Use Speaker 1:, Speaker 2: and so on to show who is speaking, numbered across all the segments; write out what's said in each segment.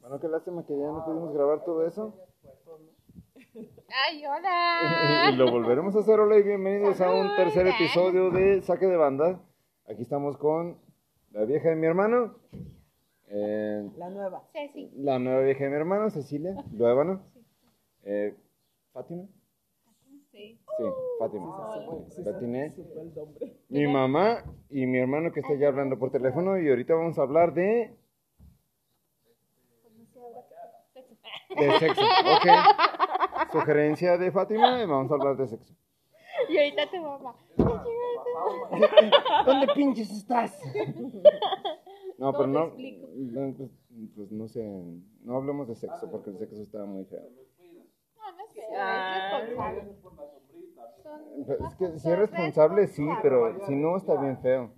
Speaker 1: Bueno, qué lástima que ya no pudimos grabar todo eso.
Speaker 2: ¡Ay, hola!
Speaker 1: y lo volveremos a hacer. Hola y bienvenidos a un tercer episodio de Saque de Banda. Aquí estamos con la vieja de mi hermano, eh,
Speaker 3: La nueva.
Speaker 2: Ceci.
Speaker 1: la nueva vieja de mi hermano, Cecilia Luébano, eh, Fátima.
Speaker 2: Sí.
Speaker 1: Sí, Fátima.
Speaker 3: Sí,
Speaker 1: La tiene.
Speaker 3: sí, supe el nombre.
Speaker 1: Mi mamá y mi hermano que está ya hablando por teléfono y ahorita vamos a hablar de... De sexo, ok. Sugerencia de Fátima, y vamos a hablar de sexo.
Speaker 2: Y ahorita tu mamá.
Speaker 1: ¿Dónde pinches estás?
Speaker 2: ¿Cómo
Speaker 1: No, pero
Speaker 2: te
Speaker 1: no,
Speaker 2: explico?
Speaker 1: no, pues, pues no sé, no hablemos de sexo porque el sexo está muy feo.
Speaker 2: No, no sé.
Speaker 3: Ah.
Speaker 2: Es responsable. Son-
Speaker 1: Pero Pues, es que si es responsable sí, pero si no está bien feo.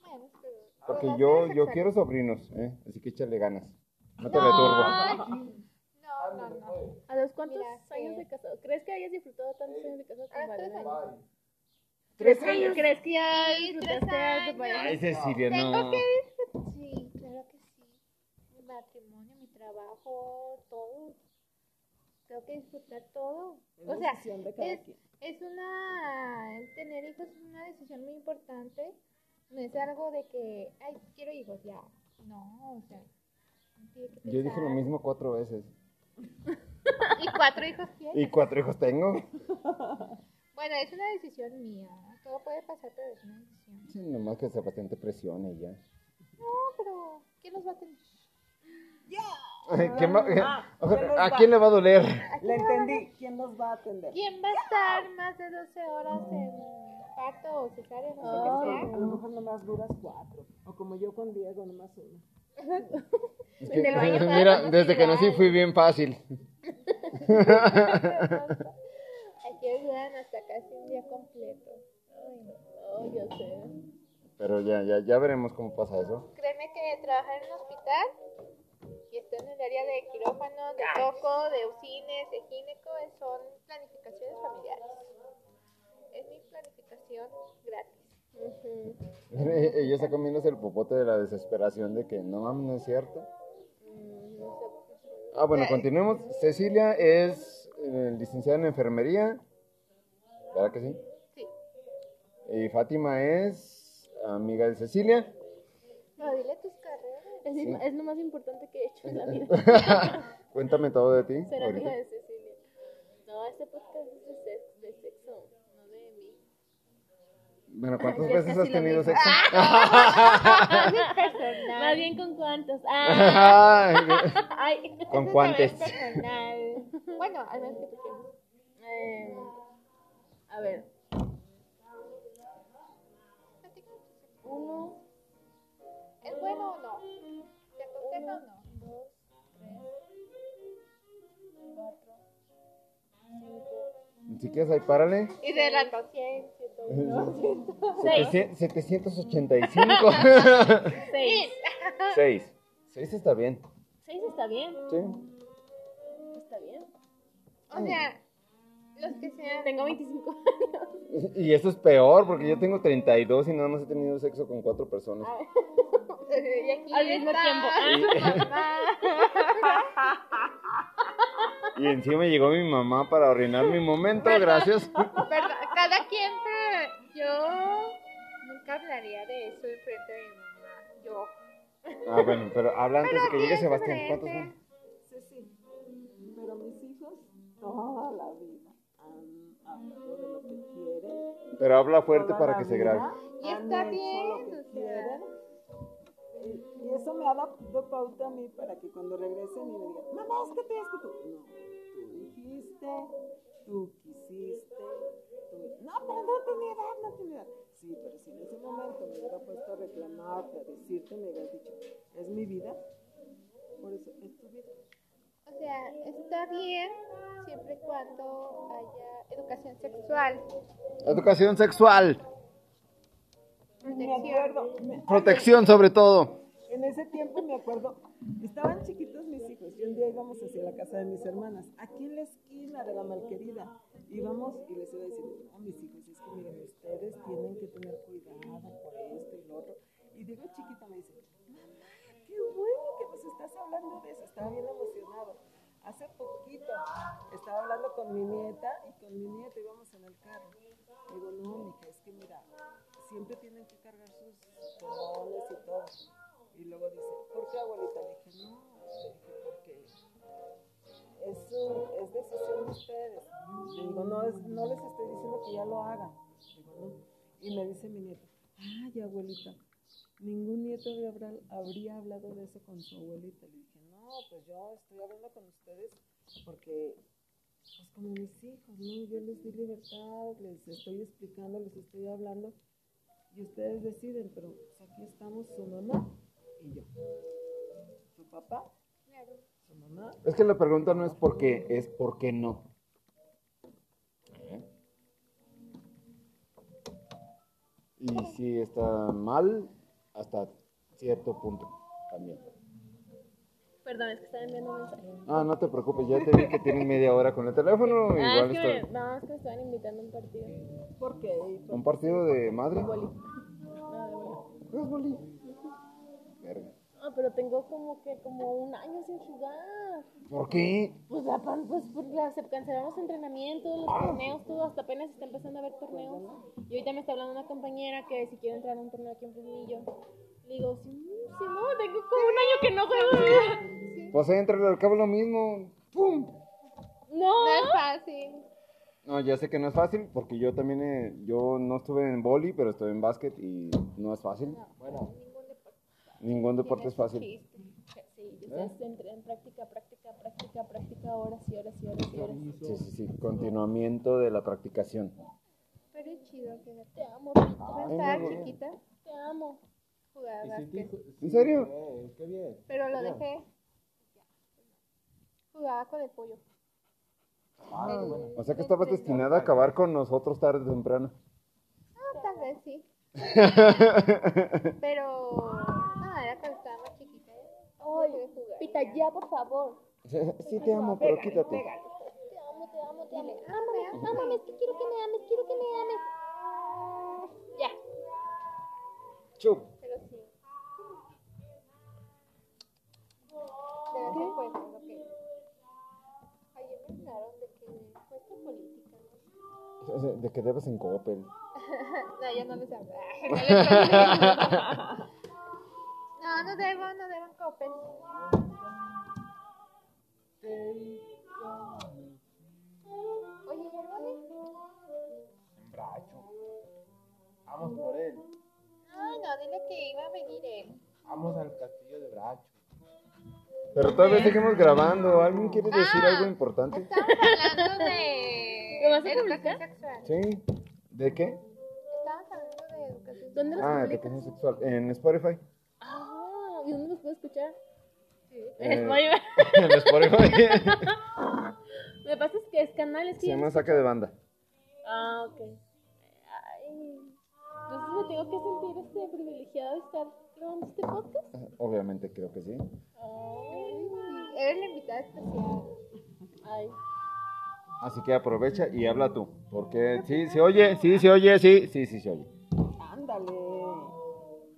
Speaker 2: Bueno, pero-
Speaker 1: Porque
Speaker 2: Relaciones
Speaker 1: yo, yo
Speaker 2: sexuales.
Speaker 1: quiero sobrinos, ¿eh? así que échale ganas. No te
Speaker 2: Ay,
Speaker 1: returbo.
Speaker 2: No, no, no.
Speaker 4: ¿A los cuántos
Speaker 2: Mira,
Speaker 4: años
Speaker 2: sí.
Speaker 4: de casado? ¿Crees que hayas disfrutado tantos años de casado
Speaker 2: A
Speaker 4: con
Speaker 2: los tres
Speaker 4: Valeria?
Speaker 2: años.
Speaker 4: ¿Crees que, ¿Crees que ya
Speaker 2: Sí,
Speaker 4: disfrutaste
Speaker 2: tres
Speaker 4: a tu
Speaker 2: años.
Speaker 4: pareja?
Speaker 1: Ay, Cecilia, no.
Speaker 2: Sí, claro que sí. Mi matrimonio, mi trabajo, todo. Tengo que disfrutar todo.
Speaker 3: Es
Speaker 2: O sea,
Speaker 3: decisión de cada
Speaker 2: es-
Speaker 3: quien.
Speaker 2: es una. Tener hijos es una decisión muy importante. No es algo de que, ay, quiero hijos, ya. No, o sea. uno tiene que
Speaker 1: Yo dije
Speaker 2: pensar.
Speaker 1: lo mismo cuatro veces.
Speaker 2: Y cuatro hijos tienes.
Speaker 1: ¿Y cuatro hijos tengo?
Speaker 2: Bueno, es una decisión mía. Todo puede pasar, pero es una decisión.
Speaker 1: Sí, nomás que Sebastián te presione y ya.
Speaker 2: No, pero ¿quién los va a tener?
Speaker 1: Ay, ¿qué ma-
Speaker 3: Ah,
Speaker 1: o
Speaker 3: ¿quién nos
Speaker 1: sea, ¿A
Speaker 3: va?
Speaker 1: quién le va a doler?
Speaker 3: Le entendí. ¿Quién nos va a atender?
Speaker 2: ¿Quién va a estar más de 12 horas en parto o cesárea? No sé qué
Speaker 3: Ay,
Speaker 2: sea.
Speaker 3: a lo mejor nomás duras cuatro. O como yo con Diego, nomás uno.
Speaker 1: Es
Speaker 4: En el baño cada
Speaker 1: mira,
Speaker 4: cosa
Speaker 1: desde que nací
Speaker 2: igual.
Speaker 1: fui bien fácil.
Speaker 2: Aquí ayudan hasta casi un día completo. Ay, no,
Speaker 4: Oh,
Speaker 2: yo sé.
Speaker 1: Pero ya, ya, ya veremos cómo pasa eso.
Speaker 2: Créeme que trabajar en un hospital y estar en el área de quirófano, de toco, de usines, de gineco, eh, son planificaciones familiares. Es mi planificación gratis.
Speaker 1: Eh, Ella está comiéndose el popote de la desesperación de que no mames, no es cierto. Ah, bueno, continuemos. Cecilia es eh, licenciada en enfermería. ¿Verdad que sí?
Speaker 2: Sí.
Speaker 1: Y Fátima es amiga de Cecilia.
Speaker 2: No, dile tus carreras.
Speaker 4: Es, es lo más importante que he hecho en la vida.
Speaker 1: Cuéntame todo de ti.
Speaker 4: Ser
Speaker 1: ahorita.
Speaker 4: amiga de Cecilia. No, este podcast es de, sex- de sexo, no de mí.
Speaker 1: Bueno, ¿cuántas
Speaker 4: Es
Speaker 1: veces
Speaker 4: casi
Speaker 1: has
Speaker 4: lo
Speaker 1: tenido
Speaker 4: mismo.
Speaker 1: sexo?
Speaker 4: Más bien con cuántos. Ah,
Speaker 1: Ay,
Speaker 4: ay.
Speaker 1: Con
Speaker 2: Eso
Speaker 1: guantes.
Speaker 2: también es personal. Bueno, al menos que tú quieras.
Speaker 4: Eh, a ver, uno,
Speaker 2: ¿Es bueno o no? ¿Te aconseja o no?
Speaker 4: dos, tres, cuatro, cinco,
Speaker 1: Si quieres, ahí párale.
Speaker 2: Y de la conciencia.
Speaker 4: Seis.
Speaker 1: 700- 785.
Speaker 4: seis.
Speaker 1: 6. 6 está bien.
Speaker 4: Seis está bien.
Speaker 1: Sí.
Speaker 4: Está bien.
Speaker 2: O sea, los que sean.
Speaker 4: Tengo 25 años.
Speaker 1: Y eso es peor porque yo tengo 32 y nada más he tenido sexo con cuatro personas.
Speaker 2: Y aquí
Speaker 4: Al mismo
Speaker 2: está
Speaker 4: tiempo.
Speaker 2: su mamá.
Speaker 1: Y encima llegó mi mamá para arruinar mi momento, gracias.
Speaker 2: Perdón, cada quien, pero yo nunca hablaría de eso de frente de mi mamá. Yo.
Speaker 1: Ah, bueno, pero habla antes de que llegue Sebastián. ¿Cuántos son?
Speaker 3: Sí, sí. Pero mis hijos, toda la vida han hablado de lo que quieren.
Speaker 1: Pero habla fuerte
Speaker 3: toda
Speaker 1: para
Speaker 3: la
Speaker 1: que se
Speaker 3: vida
Speaker 1: grabe.
Speaker 2: Y
Speaker 3: han
Speaker 2: está
Speaker 3: hecho
Speaker 2: bien,
Speaker 3: lo
Speaker 2: o
Speaker 3: que
Speaker 2: sea.
Speaker 3: quieren. Y- Y eso me ha dado pauta a mí para que cuando regresen y me digan, mamá, es que tienes que tú. No, tú dijiste, tú quisiste, tú- No, pero no tenía edad, no tenía edad. Sí, pero si en ese momento me hubiera puesto a reclamarte, a decirte, me hubieras dicho, es mi vida. Por eso, es tu vida.
Speaker 2: O sea, está bien siempre y cuando haya educación sexual.
Speaker 1: Educación sexual.
Speaker 3: Me acuerdo, me-
Speaker 1: Protección sobre todo.
Speaker 3: En ese tiempo me acuerdo, estaban chiquitos mis hijos y un día íbamos hacia la casa de mis hermanas, aquí en la esquina de la malquerida. Íbamos y les iba a decir, no, mis hijos, es que miren, ustedes tienen que tener cuidado por esto y lo otro. Y digo chiquita, me dice, mamá, qué bueno que nos estás hablando de eso. Estaba bien emocionado. Hace poquito estaba hablando con mi nieta y con mi nieto íbamos en el carro. Le digo, no, mija, es que mira, siempre tienen que cargar sus codones y todo. Y luego dice, ¿por qué abuelita? Le dije, no, le dije, porque es, su- es decisión de ustedes. Le digo, no, es- no les estoy diciendo que ya lo hagan. Le digo, no. Y me dice mi nieto, ay, abuelita, ningún nieto habría, habra- habría hablado de eso con su abuelita. Le dije, no, pues yo estoy hablando con ustedes porque, pues como mis hijos, ¿no? Yo les di libertad, les estoy explicando, les estoy hablando y ustedes deciden, pero pues, aquí estamos su mamá y yo. Su papá,
Speaker 2: Claro.
Speaker 3: su mamá
Speaker 1: Es que la pregunta no es por qué, es por qué no. ¿Eh? Y si está mal, hasta cierto punto también.
Speaker 4: Perdón, es que estaba enviando mensajes.
Speaker 1: Ah, no te preocupes, ya te vi que tienen media hora con el teléfono.
Speaker 4: Ah, es
Speaker 1: Igual
Speaker 4: que me,
Speaker 1: está.
Speaker 4: no, es que me estaban invitando a un partido.
Speaker 3: ¿Por qué? ¿Y por
Speaker 1: Un partido de madre.
Speaker 4: No, de verdad.
Speaker 1: ¿Juegas boli? Verga.
Speaker 4: No, Ah, pero tengo como que como un año sin jugar.
Speaker 1: ¿Por qué?
Speaker 4: Pues, la, pan- pues porque la- se cancelaron los entrenamientos, los
Speaker 1: Ah.
Speaker 4: torneos, todo. Hasta apenas está empezando a haber torneos. Y ahorita me está hablando una compañera que si quiero entrar a un torneo aquí en Fresnillo. Le digo, sí, sí, no, tengo como un año que no juego.
Speaker 1: Pues entra al cabo lo mismo. ¡Pum!
Speaker 4: No.
Speaker 2: No es fácil.
Speaker 1: No, ya sé que no es fácil porque yo también, eh, yo no estuve en boli, pero estuve en básquet y no es fácil. Bueno,
Speaker 2: Ningún deporte.
Speaker 1: ningún deporte
Speaker 2: tiene
Speaker 1: es
Speaker 2: su
Speaker 1: fácil. ¿Eh?
Speaker 2: chiste.
Speaker 4: Sí, ustedes en práctica, práctica, práctica, práctica, horas y horas y horas y horas.
Speaker 1: Sí, sí, sí, continuamiento de la practicación.
Speaker 2: Pero es chido que
Speaker 4: Te amo, Pito,
Speaker 1: Ay,
Speaker 2: cuando
Speaker 1: mi
Speaker 2: estaba
Speaker 1: amor.
Speaker 2: chiquita
Speaker 4: te amo.
Speaker 2: jugaba básquet.
Speaker 1: ¿En serio?
Speaker 5: qué bien.
Speaker 2: Pero lo dejé. Jugaba con el pollo.
Speaker 1: O sea que estabas destinada a acabar con nosotros tarde o temprano.
Speaker 2: Ah, tal vez sí. Pero. No, era cuando estaba más chiquita. ¿eh?
Speaker 4: Ay,
Speaker 2: No pude jugar.
Speaker 4: Pita, ya, por favor.
Speaker 1: Sí te amo, pero quítate.
Speaker 2: Pégale.
Speaker 4: Te amo, te amo, te amo.
Speaker 2: Dile, ámame, ámame, es que quiero que me ames, quiero que me ames. Ya.
Speaker 1: Chup.
Speaker 2: Pero sí. Te das en cuenta, lo que. Ayer me hablaron de que cuesta política, ¿no?
Speaker 1: Eh, De que debes en Coppel.
Speaker 2: No, yo no les hablo. No, les hablo. no, no debo, no debo en Coppel. Oye, ¿y el vale?
Speaker 5: Vamos por él.
Speaker 2: Ay, no, dile que iba a venir eh. él.
Speaker 5: Vamos al castillo de Bracho.
Speaker 1: Pero todavía seguimos grabando. ¿Alguien quiere decir algo importante?
Speaker 2: Estábamos hablando de.
Speaker 4: ¿Lo vas a
Speaker 2: educación
Speaker 4: publicar?
Speaker 2: sexual.
Speaker 1: ¿Sí? ¿De qué?
Speaker 2: Estábamos hablando de educación
Speaker 4: ¿Dónde los
Speaker 1: Ah,
Speaker 4: publicas?
Speaker 1: educación sexual. En Spotify.
Speaker 4: Ah, ¿y dónde los puedo escuchar?
Speaker 1: Eh,
Speaker 4: Es muy
Speaker 1: En Spotify.
Speaker 4: Me pasa es que es canal, es que
Speaker 1: Se llama saque de banda.
Speaker 4: Ah, ok. Ay. Entonces me tengo que sentir este privilegiado de estar grabando este podcast.
Speaker 1: Obviamente creo que sí.
Speaker 4: Ay.
Speaker 2: Eres la invitada especial.
Speaker 4: Ay.
Speaker 1: Así que aprovecha y habla tú. Porque sí, se oye, sí, se oye, sí, sí, sí, se oye.
Speaker 3: Ándale.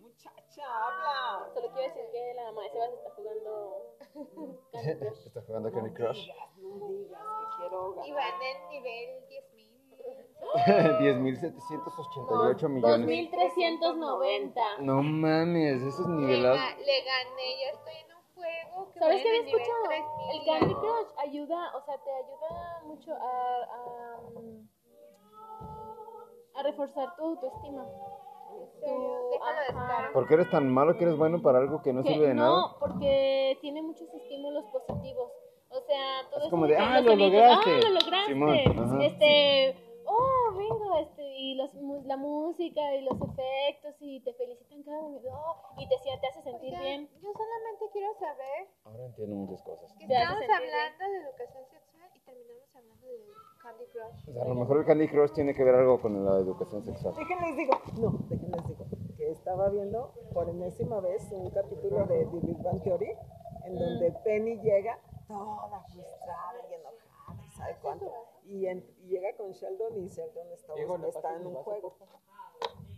Speaker 3: Muchacha, habla.
Speaker 4: Solo quiero decir que la mamá de Sebas está jugando Candy Crush.
Speaker 1: Está jugando Candy Crush.
Speaker 3: No digas que quiero
Speaker 2: Y
Speaker 3: ganar.
Speaker 2: van en nivel 10.000.
Speaker 1: 10.788 millones.
Speaker 4: 2390.
Speaker 1: No mames, eso es
Speaker 2: Le,
Speaker 1: nivelado.
Speaker 2: ga- le gané, yo estoy en un juego que
Speaker 4: ¿Sabes qué
Speaker 2: voy en
Speaker 4: había
Speaker 2: el nivel
Speaker 4: escuchado?
Speaker 2: 3000.
Speaker 4: El Candy Crush ayuda, o sea, te ayuda mucho a, a, a reforzar tu autoestima.
Speaker 2: Déjalo
Speaker 4: Ajá.
Speaker 2: descargo.
Speaker 1: ¿Por qué eres tan malo que eres bueno para algo que no
Speaker 4: Que
Speaker 1: sirve de nada?
Speaker 4: No, porque tiene muchos estímulos positivos. O sea, todo
Speaker 1: Es
Speaker 4: eso
Speaker 1: como de, "Ah,
Speaker 4: los
Speaker 1: lo
Speaker 4: amigos,
Speaker 1: lograste".
Speaker 4: ¡Ah, lo lograste!
Speaker 1: Simón, ajá.
Speaker 4: este, oh, vengo, este, y los, mu- la música y los efectos, y te felicitan cada momento, oh, y te, te hace sentir
Speaker 2: Oigan,
Speaker 4: bien.
Speaker 2: Yo solamente quiero saber
Speaker 1: Ahora entiendo muchas cosas.
Speaker 2: que
Speaker 4: Te hace
Speaker 2: estamos
Speaker 4: sentir bien.
Speaker 2: hablando de educación sexual y terminamos hablando de Candy Crush.
Speaker 1: O sea, a lo mejor el Candy Crush tiene que ver algo con la educación sexual.
Speaker 3: Déjenles digo. No, déjenles digo. Que estaba viendo por enésima vez un capítulo de The Big Bang Theory en donde Penny llega toda frustrada y enojada. y ¿Sabe cuánto. Y, en- y llega con Sheldon y Sheldon está,
Speaker 5: Diego, ¿le
Speaker 3: está
Speaker 5: pasas
Speaker 3: en
Speaker 5: mi
Speaker 3: un
Speaker 5: vaso,
Speaker 3: juego.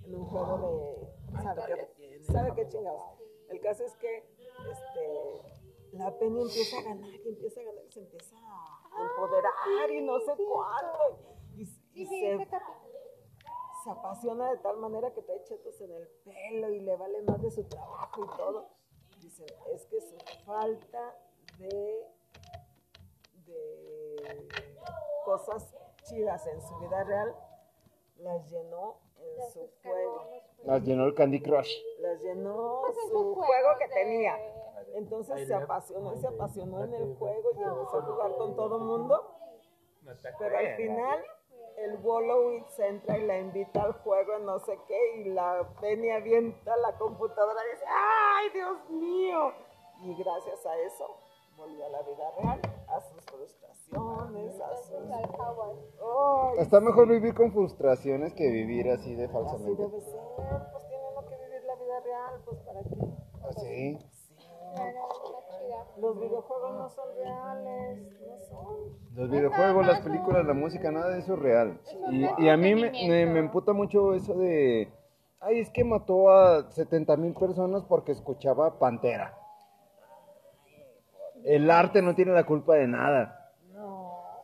Speaker 3: En un juego de. ¿Sabe qué? ¿Sabe qué chingados? El caso es que este, la Penny empieza a ganar, y empieza a ganar, y se empieza a empoderar y no sé cuándo. Y, y
Speaker 2: Sí, sí,
Speaker 3: se
Speaker 2: este capítulo.
Speaker 3: se apasiona de tal manera que trae chetos en el pelo y le vale más de su trabajo y todo. Dicen, es que su falta de, de cosas chidas en su vida real las llenó en
Speaker 2: Las
Speaker 3: su
Speaker 2: buscamos,
Speaker 3: juego.
Speaker 1: Las llenó el Candy Crush.
Speaker 3: Las llenó
Speaker 2: pues, en
Speaker 3: su
Speaker 2: sus
Speaker 3: juego que
Speaker 2: juegos de-
Speaker 3: tenía.
Speaker 5: Ahí- ahí
Speaker 3: Entonces se
Speaker 5: le-
Speaker 3: apasionó y se
Speaker 5: ahí le-
Speaker 3: apasionó en
Speaker 5: ahí
Speaker 3: el
Speaker 5: le-
Speaker 3: juego y empezó a jugar con todo mundo.
Speaker 5: No te
Speaker 3: Pero al
Speaker 5: acuerdas.
Speaker 3: final, el Wallowit se entra y la invita al juego, no sé qué, y la Penny avienta la computadora y dice, ¡ay, Dios mío! Y gracias a eso, volvió a la vida real, a sus frustraciones, a sus...
Speaker 2: Al Howard.
Speaker 3: ¡Ay!
Speaker 1: Está mejor vivir con frustraciones que vivir así de
Speaker 3: Así
Speaker 1: falsamente.
Speaker 3: debe ser, pues tiene uno que vivir la vida real, pues para qué.
Speaker 1: Así.
Speaker 2: Claro, está chida.
Speaker 3: Los videojuegos no son reales, no son.
Speaker 1: Los videojuegos, las películas, la música, nada de eso es real. Y, y a mí me, me, me emputa mucho eso de. Ay, es que mató a 70 mil personas porque escuchaba Pantera. El arte no tiene la culpa de nada.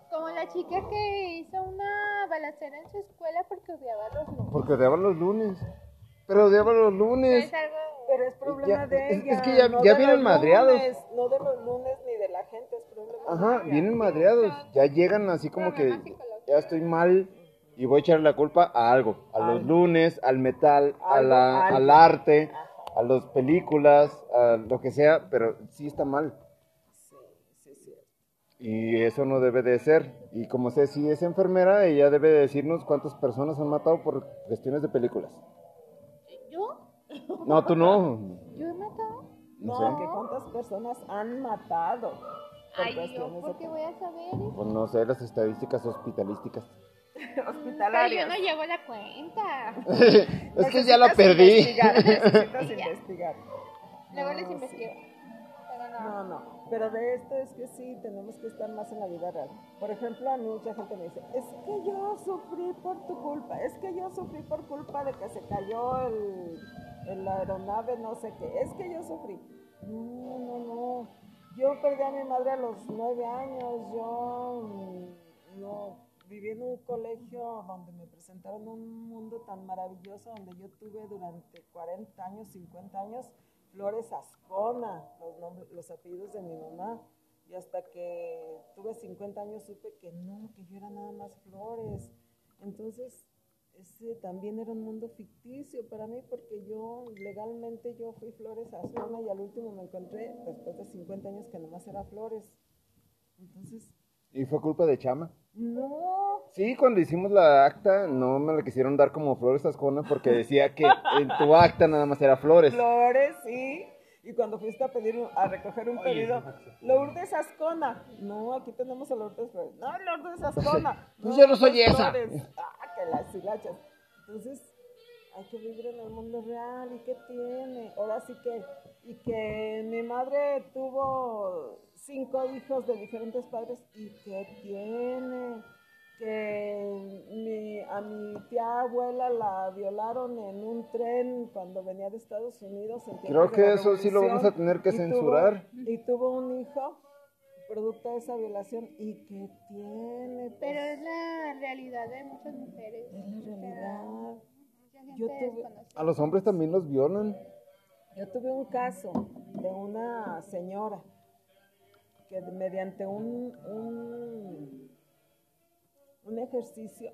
Speaker 2: Como la chica que hizo una balacera en su escuela porque odiaba a los niños.
Speaker 1: Porque odiaba los lunes. Pero odiaba los lunes.
Speaker 2: Es algo.
Speaker 3: Pero es problema
Speaker 1: Ya-
Speaker 3: de
Speaker 1: es-
Speaker 3: ella.
Speaker 1: es que ya-
Speaker 3: no
Speaker 1: ya
Speaker 3: de
Speaker 1: vienen
Speaker 3: los
Speaker 1: madreados.
Speaker 3: lunes, no de los lunes ni de la gente, es problema
Speaker 1: Ajá,
Speaker 3: de ella.
Speaker 1: vienen madreados. Ya llegan así como que
Speaker 2: Problemas psicológicos.
Speaker 1: ya estoy mal y voy a echar la culpa a algo. A los lunes, al metal, a
Speaker 3: Algo,
Speaker 1: la,
Speaker 3: algo.
Speaker 1: al arte, a las películas, a lo que sea, pero sí está mal.
Speaker 3: Sí, sí.
Speaker 1: Y eso no debe de ser. Y como sé, si es enfermera, ella debe de decirnos cuántas personas han matado por cuestiones de películas.
Speaker 4: ¿Yo?
Speaker 1: No, tú no.
Speaker 2: Yo he matado.
Speaker 1: No
Speaker 3: No,
Speaker 1: sé.
Speaker 3: que cuántas personas han matado por
Speaker 4: Ay,
Speaker 2: Yo,
Speaker 3: cuestiones
Speaker 2: ¿por qué voy a saber?
Speaker 1: Pues no sé, las estadísticas hospitalísticas.
Speaker 3: de-
Speaker 2: Pero yo
Speaker 3: hospitalarias.
Speaker 2: no llevo la cuenta.
Speaker 1: es que ya la
Speaker 3: Necesitas
Speaker 1: perdí.
Speaker 3: investigar, necesitas investigar.
Speaker 2: Luego les
Speaker 3: sí.
Speaker 2: investigo. Pero no.
Speaker 3: No, no, pero de esto es que sí, tenemos que estar más en la vida real. Por ejemplo, a mí mucha gente me dice, es que yo sufrí por tu culpa, es que yo sufrí por culpa de que se cayó el, el aeronave, no sé qué, es que yo sufrí. No, no, no, yo perdí a mi madre a los nueve años, yo mm, no, viví en un colegio donde me presentaron un mundo tan maravilloso, donde yo tuve durante 40 años, 50 años, Flores Ascona, los, nombres, los apellidos de mi mamá. Y hasta que tuve 50 años supe que no, que yo era nada más Flores. Entonces, ese también era un mundo ficticio para mí porque yo legalmente yo fui Flores Ascona y al último me encontré después de 50 años que nomás era Flores. Entonces,
Speaker 1: Y fue culpa de Chama.
Speaker 3: no,
Speaker 1: Sí, cuando hicimos la acta no me la quisieron dar como Flores Ascona porque decía que en tu acta nada más era Flores.
Speaker 3: Flores, sí. Y cuando fuiste a pedir, un- a recoger un
Speaker 5: Oye,
Speaker 3: pedido,
Speaker 5: sí, Maxi.
Speaker 3: Lourdes Ascona. No, aquí tenemos a Lourdes Flores. No, Lourdes Ascona.
Speaker 1: Pues yo no soy
Speaker 3: Lourdes
Speaker 1: esa.
Speaker 3: Flores. Ah, que las hilachas. Entonces, hay que vivir en el mundo real. ¿Y qué tiene? Ahora sí que. Y que mi madre tuvo cinco hijos de diferentes padres. ¿Y qué tiene? que mi- a mi tía abuela la violaron en un tren cuando venía de Estados Unidos. en
Speaker 1: Creo
Speaker 3: tiempos de
Speaker 1: que
Speaker 3: la
Speaker 1: eso sí lo vamos a tener
Speaker 3: Revolución,
Speaker 1: que
Speaker 3: y tuvo-
Speaker 1: censurar.
Speaker 3: y tuvo un hijo producto de esa violación. ¿Y qué tiene? Pues,
Speaker 2: Pero es la realidad de muchas mujeres.
Speaker 3: es la realidad.
Speaker 2: Mucha gente
Speaker 3: Yo tuve-
Speaker 2: desconoce.
Speaker 1: A los hombres también los violan.
Speaker 3: Yo tuve un caso de una señora que de- mediante un, un, un ejercicio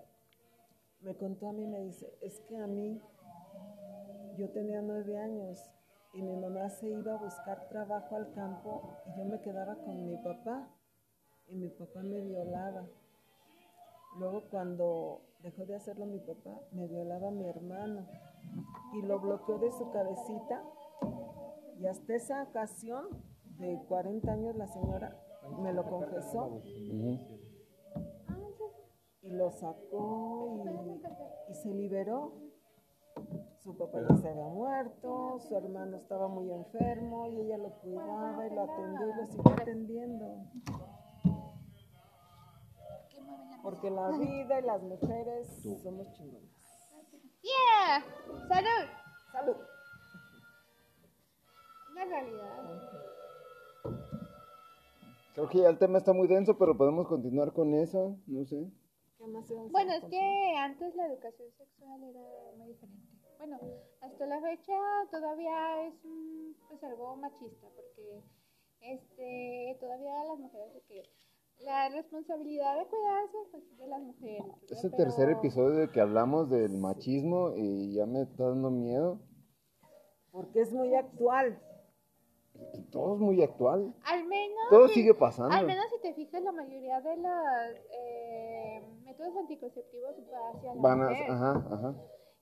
Speaker 3: me contó a mí, me dice, es que a mí, yo tenía nueve años y mi mamá se iba a buscar trabajo al campo y yo me quedaba con mi papá y mi papá me violaba. Luego cuando dejó de hacerlo mi papá, me violaba mi hermano y lo bloqueó de su cabecita y hasta esa ocasión de 40 años la señora me lo confesó y lo sacó y, y se liberó. Su papá ya se había muerto, su hermano estaba muy enfermo y ella lo cuidaba y lo atendió y lo siguió atendiendo.
Speaker 2: Qué
Speaker 3: Porque la vida y las mujeres somos chingonas.
Speaker 2: ¡Yeah! ¡Salud!
Speaker 3: Salud.
Speaker 2: Una
Speaker 3: Ah,
Speaker 2: realidad.
Speaker 1: Creo que ya el tema está muy denso, pero podemos continuar con eso, no sé.
Speaker 3: ¿Qué más se hace?
Speaker 2: Bueno, es que antes la educación sexual era muy diferente. Bueno, hasta la fecha todavía es un, pues algo machista, porque este todavía las mujeres de que la responsabilidad de cuidarse pues, es de las mujeres. ¿verdad?
Speaker 1: Es el
Speaker 2: Pero-
Speaker 1: tercer episodio de que hablamos del machismo y ya me está dando miedo.
Speaker 3: Porque es muy actual.
Speaker 1: Y todo es muy actual.
Speaker 2: Al menos
Speaker 1: Todo
Speaker 2: si-
Speaker 1: sigue pasando.
Speaker 2: Al menos si te fijas la mayoría de los eh, métodos anticonceptivos va hacia la
Speaker 1: Van a,
Speaker 2: mujer.
Speaker 1: ajá, ajá.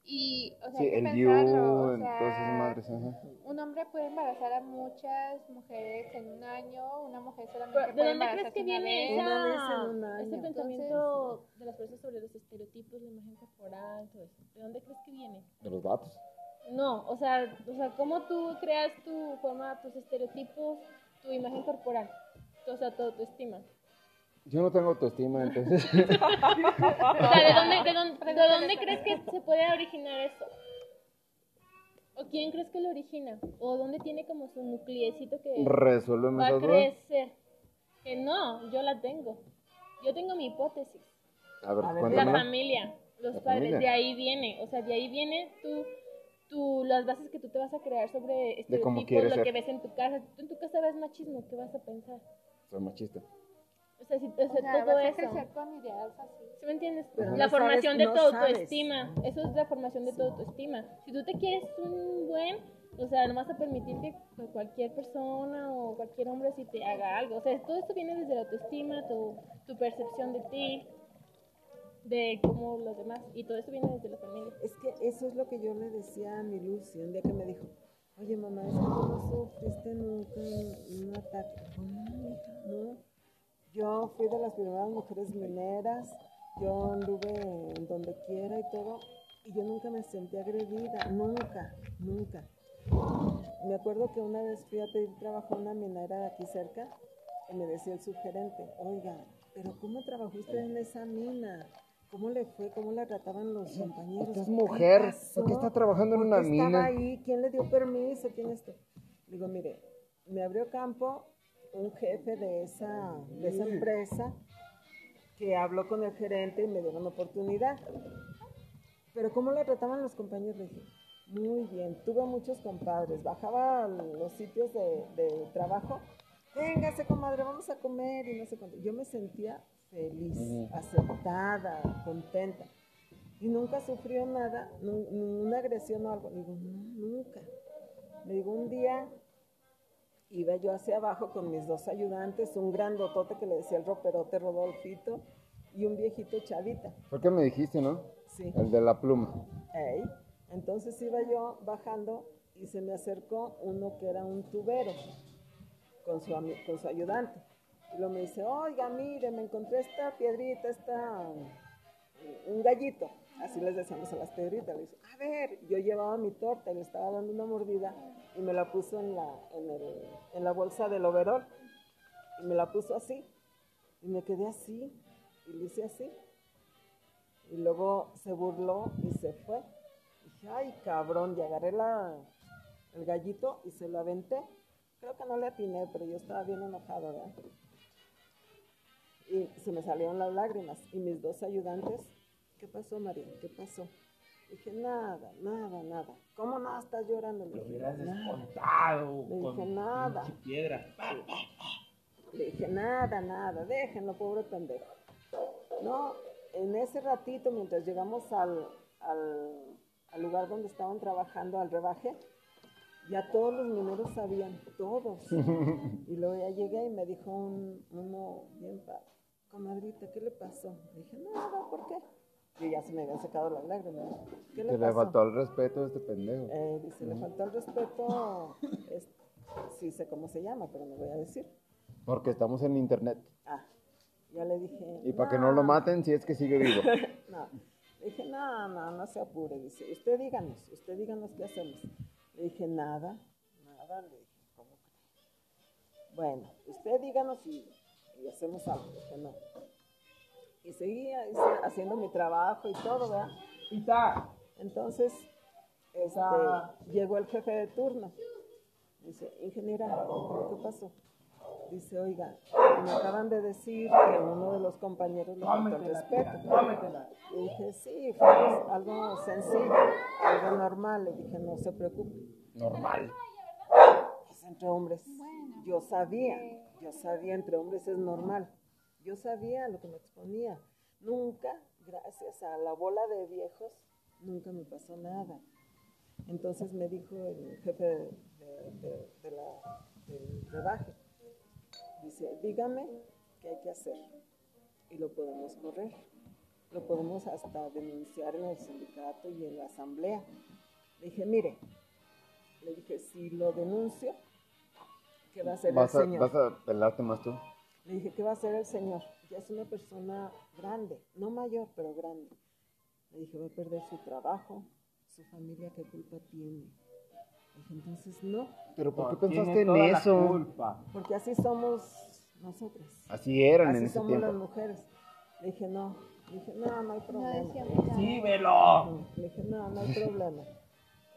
Speaker 2: Y o sea,
Speaker 1: Sí,
Speaker 2: hay que
Speaker 1: el you,
Speaker 2: pensarlo, o sea,
Speaker 1: entonces madres, ajá.
Speaker 2: Un hombre puede embarazar a muchas mujeres en un año, una mujer solamente
Speaker 4: Pero, ¿De
Speaker 2: puede
Speaker 4: dónde crees
Speaker 2: embarazarse
Speaker 4: que
Speaker 2: una
Speaker 4: viene
Speaker 2: vez.
Speaker 3: Una vez
Speaker 4: esa,
Speaker 3: en un año.
Speaker 4: ese pensamiento de las personas sobre los estereotipos, la imagen corporal, todo eso? ¿De dónde crees que viene?
Speaker 1: De los datos.
Speaker 4: No, o sea, o sea, cómo tú creas tu forma, tus estereotipos, tu imagen corporal, o sea, todo tu estima.
Speaker 1: Yo no tengo autoestima, entonces.
Speaker 4: O sea, ¿de dónde, de dónde, de dónde crees que se puede originar eso? ¿O quién crees que lo origina? ¿O dónde tiene como su nucleecito que
Speaker 1: Resuélveme
Speaker 4: va a
Speaker 1: esas dudas.
Speaker 4: crecer? Que no, yo la tengo. Yo tengo mi hipótesis.
Speaker 1: A ver,
Speaker 3: A ver,
Speaker 4: La
Speaker 1: cuéntame.
Speaker 4: familia, los
Speaker 1: La
Speaker 4: padres,
Speaker 1: familia.
Speaker 4: de ahí viene, o sea, de ahí viene tú, tú, las bases que tú te vas a crear sobre
Speaker 1: De cómo
Speaker 4: estereotipos,
Speaker 1: quieres
Speaker 4: lo
Speaker 1: ser.
Speaker 4: que ves en tu casa. Si tú en tu casa ves machismo, ¿qué vas a pensar?
Speaker 1: Soy machista.
Speaker 4: O sea, si, o sea,
Speaker 2: O sea,
Speaker 4: todo
Speaker 2: vas a
Speaker 4: eso.
Speaker 2: crecer con ideas así.
Speaker 4: ¿Sí me entiendes?
Speaker 3: Pero
Speaker 4: la
Speaker 3: no
Speaker 4: formación
Speaker 3: sabes-
Speaker 4: de
Speaker 3: no
Speaker 4: todo
Speaker 3: sabes.
Speaker 4: tu estima, eso es la formación de todo tu estima. Si tú te quieres un buen, o sea, no vas a permitir que cu- cualquier persona o cualquier hombre si te haga algo. O sea, todo esto viene desde la autoestima, tu, tu percepción de ti, de cómo los demás, y todo esto viene desde la familia.
Speaker 3: Es que eso es lo que yo le decía a mi Lucy un día que me dijo, oye mamá, es que tú no sufriste nunca un, un ataque. Bueno, hija, No, yo fui de las primeras mujeres mineras, yo anduve en donde quiera y todo, y yo nunca me sentí agredida, nunca, nunca. Me acuerdo que una vez fui a pedir trabajo a una minera de aquí cerca y me decía el subgerente, oiga, pero ¿cómo trabajó usted en esa mina? ¿Cómo le fue? ¿Cómo la trataban los compañeros?
Speaker 1: Usted es
Speaker 3: ¿Qué
Speaker 1: mujer.
Speaker 3: pasó?
Speaker 1: ¿Por qué está trabajando en
Speaker 3: ¿Por
Speaker 1: una
Speaker 3: qué estaba
Speaker 1: mina?
Speaker 3: ahí? ¿Quién le dio permiso? ¿Quién esto? Le Digo, mire, me abrió campo un jefe de esa, de esa empresa que habló con el gerente y me dieron oportunidad. Pero ¿cómo la trataban los compañeros? Le dije, muy bien, tuve muchos compadres, bajaba a los sitios de, de trabajo, véngase comadre, vamos a comer y no sé cuánto. Yo me sentía feliz,
Speaker 1: Ujú.
Speaker 3: aceptada, contenta. Y nunca sufrió nada, nu- ninguna agresión o algo. Le Digo, no, nunca. Le digo, un día iba yo hacia abajo con mis dos ayudantes, un grandotote que le decía el roperote Rodolfito y un viejito chavita.
Speaker 1: Fue que me dijiste, ¿no?
Speaker 3: Sí.
Speaker 1: El de la pluma.
Speaker 3: Ey. Entonces iba yo bajando y se me acercó uno que era un tubero con su, ami- con su ayudante. Y luego me dice, oiga, mire, me encontré esta piedrita, esta, mm, un gallito. Así les decíamos a las piedritas. Le dice, a ver, yo llevaba mi torta y le estaba dando una mordida y me la puso en la, en el- en la bolsa del overol. Y me la puso así. Y me quedé así. Y le hice así. Y luego se burló y se fue. Dije, ay, cabrón, y agarré la, el gallito y se lo aventé. Creo que no le atiné, pero yo estaba bien enojada, ¿verdad? Y se me salieron las lágrimas. Y mis dos ayudantes, ¿qué pasó, María? ¿Qué pasó? Dije, nada, nada, nada. ¿Cómo no estás llorando? Le
Speaker 5: Lo
Speaker 3: dije,
Speaker 5: hubieras
Speaker 3: "Nada".
Speaker 5: descontado
Speaker 3: No
Speaker 5: con
Speaker 3: dije nada.
Speaker 5: pinche piedra.
Speaker 3: Le dije, nada, nada, déjenlo, pobre pendejo. No, en ese ratito, mientras llegamos al, al, al lugar donde estaban trabajando, al rebaje, ya todos los mineros sabían, todos. Y luego ya llegué y me dijo un, uno bien padre, comadrita, ¿qué le pasó? Le dije, nada, ¿por qué? Yo ya se me habían secado las lágrimas. ¿Qué le
Speaker 1: Que le
Speaker 3: pasó?
Speaker 1: faltó el respeto a este pendejo.
Speaker 3: Eh, dice, le faltó el respeto, es- sí sé cómo se llama, pero no voy a decir.
Speaker 1: Porque estamos en internet.
Speaker 3: Ah, ya le dije.
Speaker 1: Y para que
Speaker 3: Ah.
Speaker 1: no lo maten, si es que sigue vivo.
Speaker 3: No. Le dije, no, no, no se apure. Dice, usted díganos, usted díganos qué hacemos. Le dije, nada, nada. Le dije, ¿cómo cree? Bueno, usted díganos y, y hacemos algo. Le dije, no. y seguía y se- haciendo mi trabajo y todo, ¿verdad?
Speaker 6: Y está.
Speaker 3: Entonces, este,
Speaker 6: Ah.
Speaker 3: llegó el jefe de turno. Dice, ingeniera, ¿qué pasó? Dice, oiga, me acaban de decir que uno de los compañeros le faltó el
Speaker 6: Tómetela, tía,
Speaker 3: respeto.
Speaker 6: tómetela.
Speaker 3: Le dije, sí, fue pues, algo sencillo, algo normal. Le dije, no se preocupe.
Speaker 1: Normal.
Speaker 3: Es entre hombres. Yo sabía, yo sabía, entre hombres es normal. Yo sabía lo que me exponía. Nunca, gracias a la bola de viejos, nunca me pasó nada. Entonces me dijo el jefe de, de- de- de la, del rebaje, dice, dígame qué hay que hacer. Y lo podemos correr. Lo podemos hasta denunciar en el sindicato y en la asamblea. Le dije, mire, le dije, si lo denuncio, ¿qué va a hacer
Speaker 1: Vas
Speaker 3: el
Speaker 1: a,
Speaker 3: señor?
Speaker 1: vas a pelarte más tú.
Speaker 3: Le dije, ¿qué va a hacer el señor? Ya es una persona grande, no mayor, pero grande. Le dije, va a perder su trabajo, su familia, ¿qué culpa tiene? Le dije, entonces no,
Speaker 1: Pero ¿por qué
Speaker 5: Tiene
Speaker 1: pensaste en
Speaker 5: toda la
Speaker 1: eso?
Speaker 5: culpa.
Speaker 3: porque así somos nosotras.
Speaker 1: Así eran en
Speaker 3: Así
Speaker 1: ese
Speaker 3: somos las
Speaker 1: tiempo.
Speaker 3: mujeres. Le dije, no. Le dije, no, no hay
Speaker 2: No
Speaker 3: problema.
Speaker 2: decíamos nada.
Speaker 6: Sí, velo.
Speaker 3: Le dije, no, no hay problema.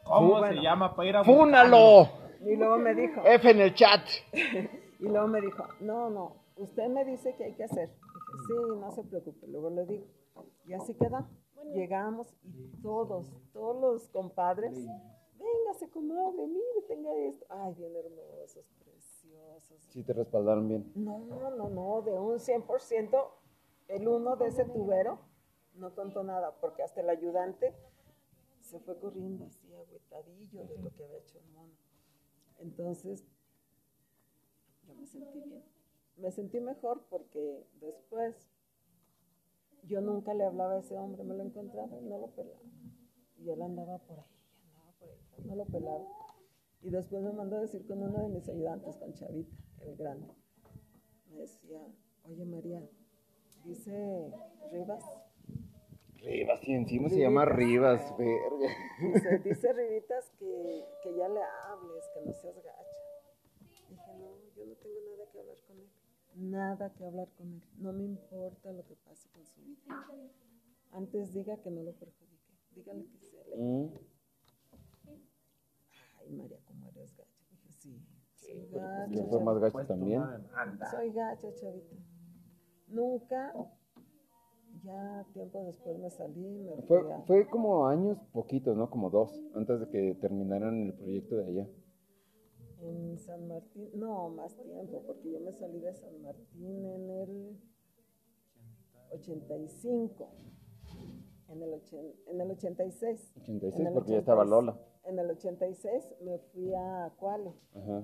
Speaker 5: ¿Cómo
Speaker 1: Bueno.
Speaker 5: se llama para ir a
Speaker 1: ¡Fúnalo!
Speaker 3: Y luego me dijo,
Speaker 1: F en el chat.
Speaker 3: Y luego me dijo, no, no, usted me dice que hay que hacer. Dije, sí, no se preocupe, luego le digo. Y así quedó. Llegamos y todos, todos los compadres, véngase, comadre, mire, tenga esto. Ay, bien hermosos, preciosos.
Speaker 1: Sí, te respaldaron bien.
Speaker 3: No, no, no, no, de un 100%, el uno de ese tubero no contó nada, porque hasta el ayudante se fue corriendo así agüetadillo de lo que había hecho el mono. Entonces, yo me sentí bien. Me sentí mejor porque después yo nunca le hablaba a ese hombre, me lo encontraba y no lo pelaba. Y él andaba por ahí, andaba por ahí, no lo pelaba. Y después me mandó a decir con uno de mis ayudantes, con Chavita, el grande me decía, oye María, dice Rivas,
Speaker 1: Rivas, y encima se llama Rivas, verga.
Speaker 3: dice, dice Rivitas que, que ya le hables, que no seas gacha. Dije, no, yo no tengo nada que hablar con él. Nada que hablar con él. No me importa lo que pase con su vida. Antes diga que no lo perjudique. Dígale que sea le
Speaker 1: Mm.
Speaker 3: Ay, María, cómo eres gacha. Dije, sí, soy
Speaker 1: Yo soy
Speaker 3: gacha.
Speaker 1: más
Speaker 3: chavita.
Speaker 1: gacho Pues también.
Speaker 3: Soy gacha, chavita. Nunca, ya tiempo después me salí, me fui
Speaker 1: Fue,
Speaker 3: a-
Speaker 1: fue como años poquitos, ¿no? Como dos, antes de que terminaran el proyecto de allá.
Speaker 3: En San Martín, no, más tiempo, porque yo me salí de San Martín en el 85, en el, ochen- en el 86.
Speaker 1: 86,
Speaker 3: En el
Speaker 1: porque ya estaba
Speaker 3: 86.
Speaker 1: Lola.
Speaker 3: En el 86 me fui a Cuale.
Speaker 1: Ajá.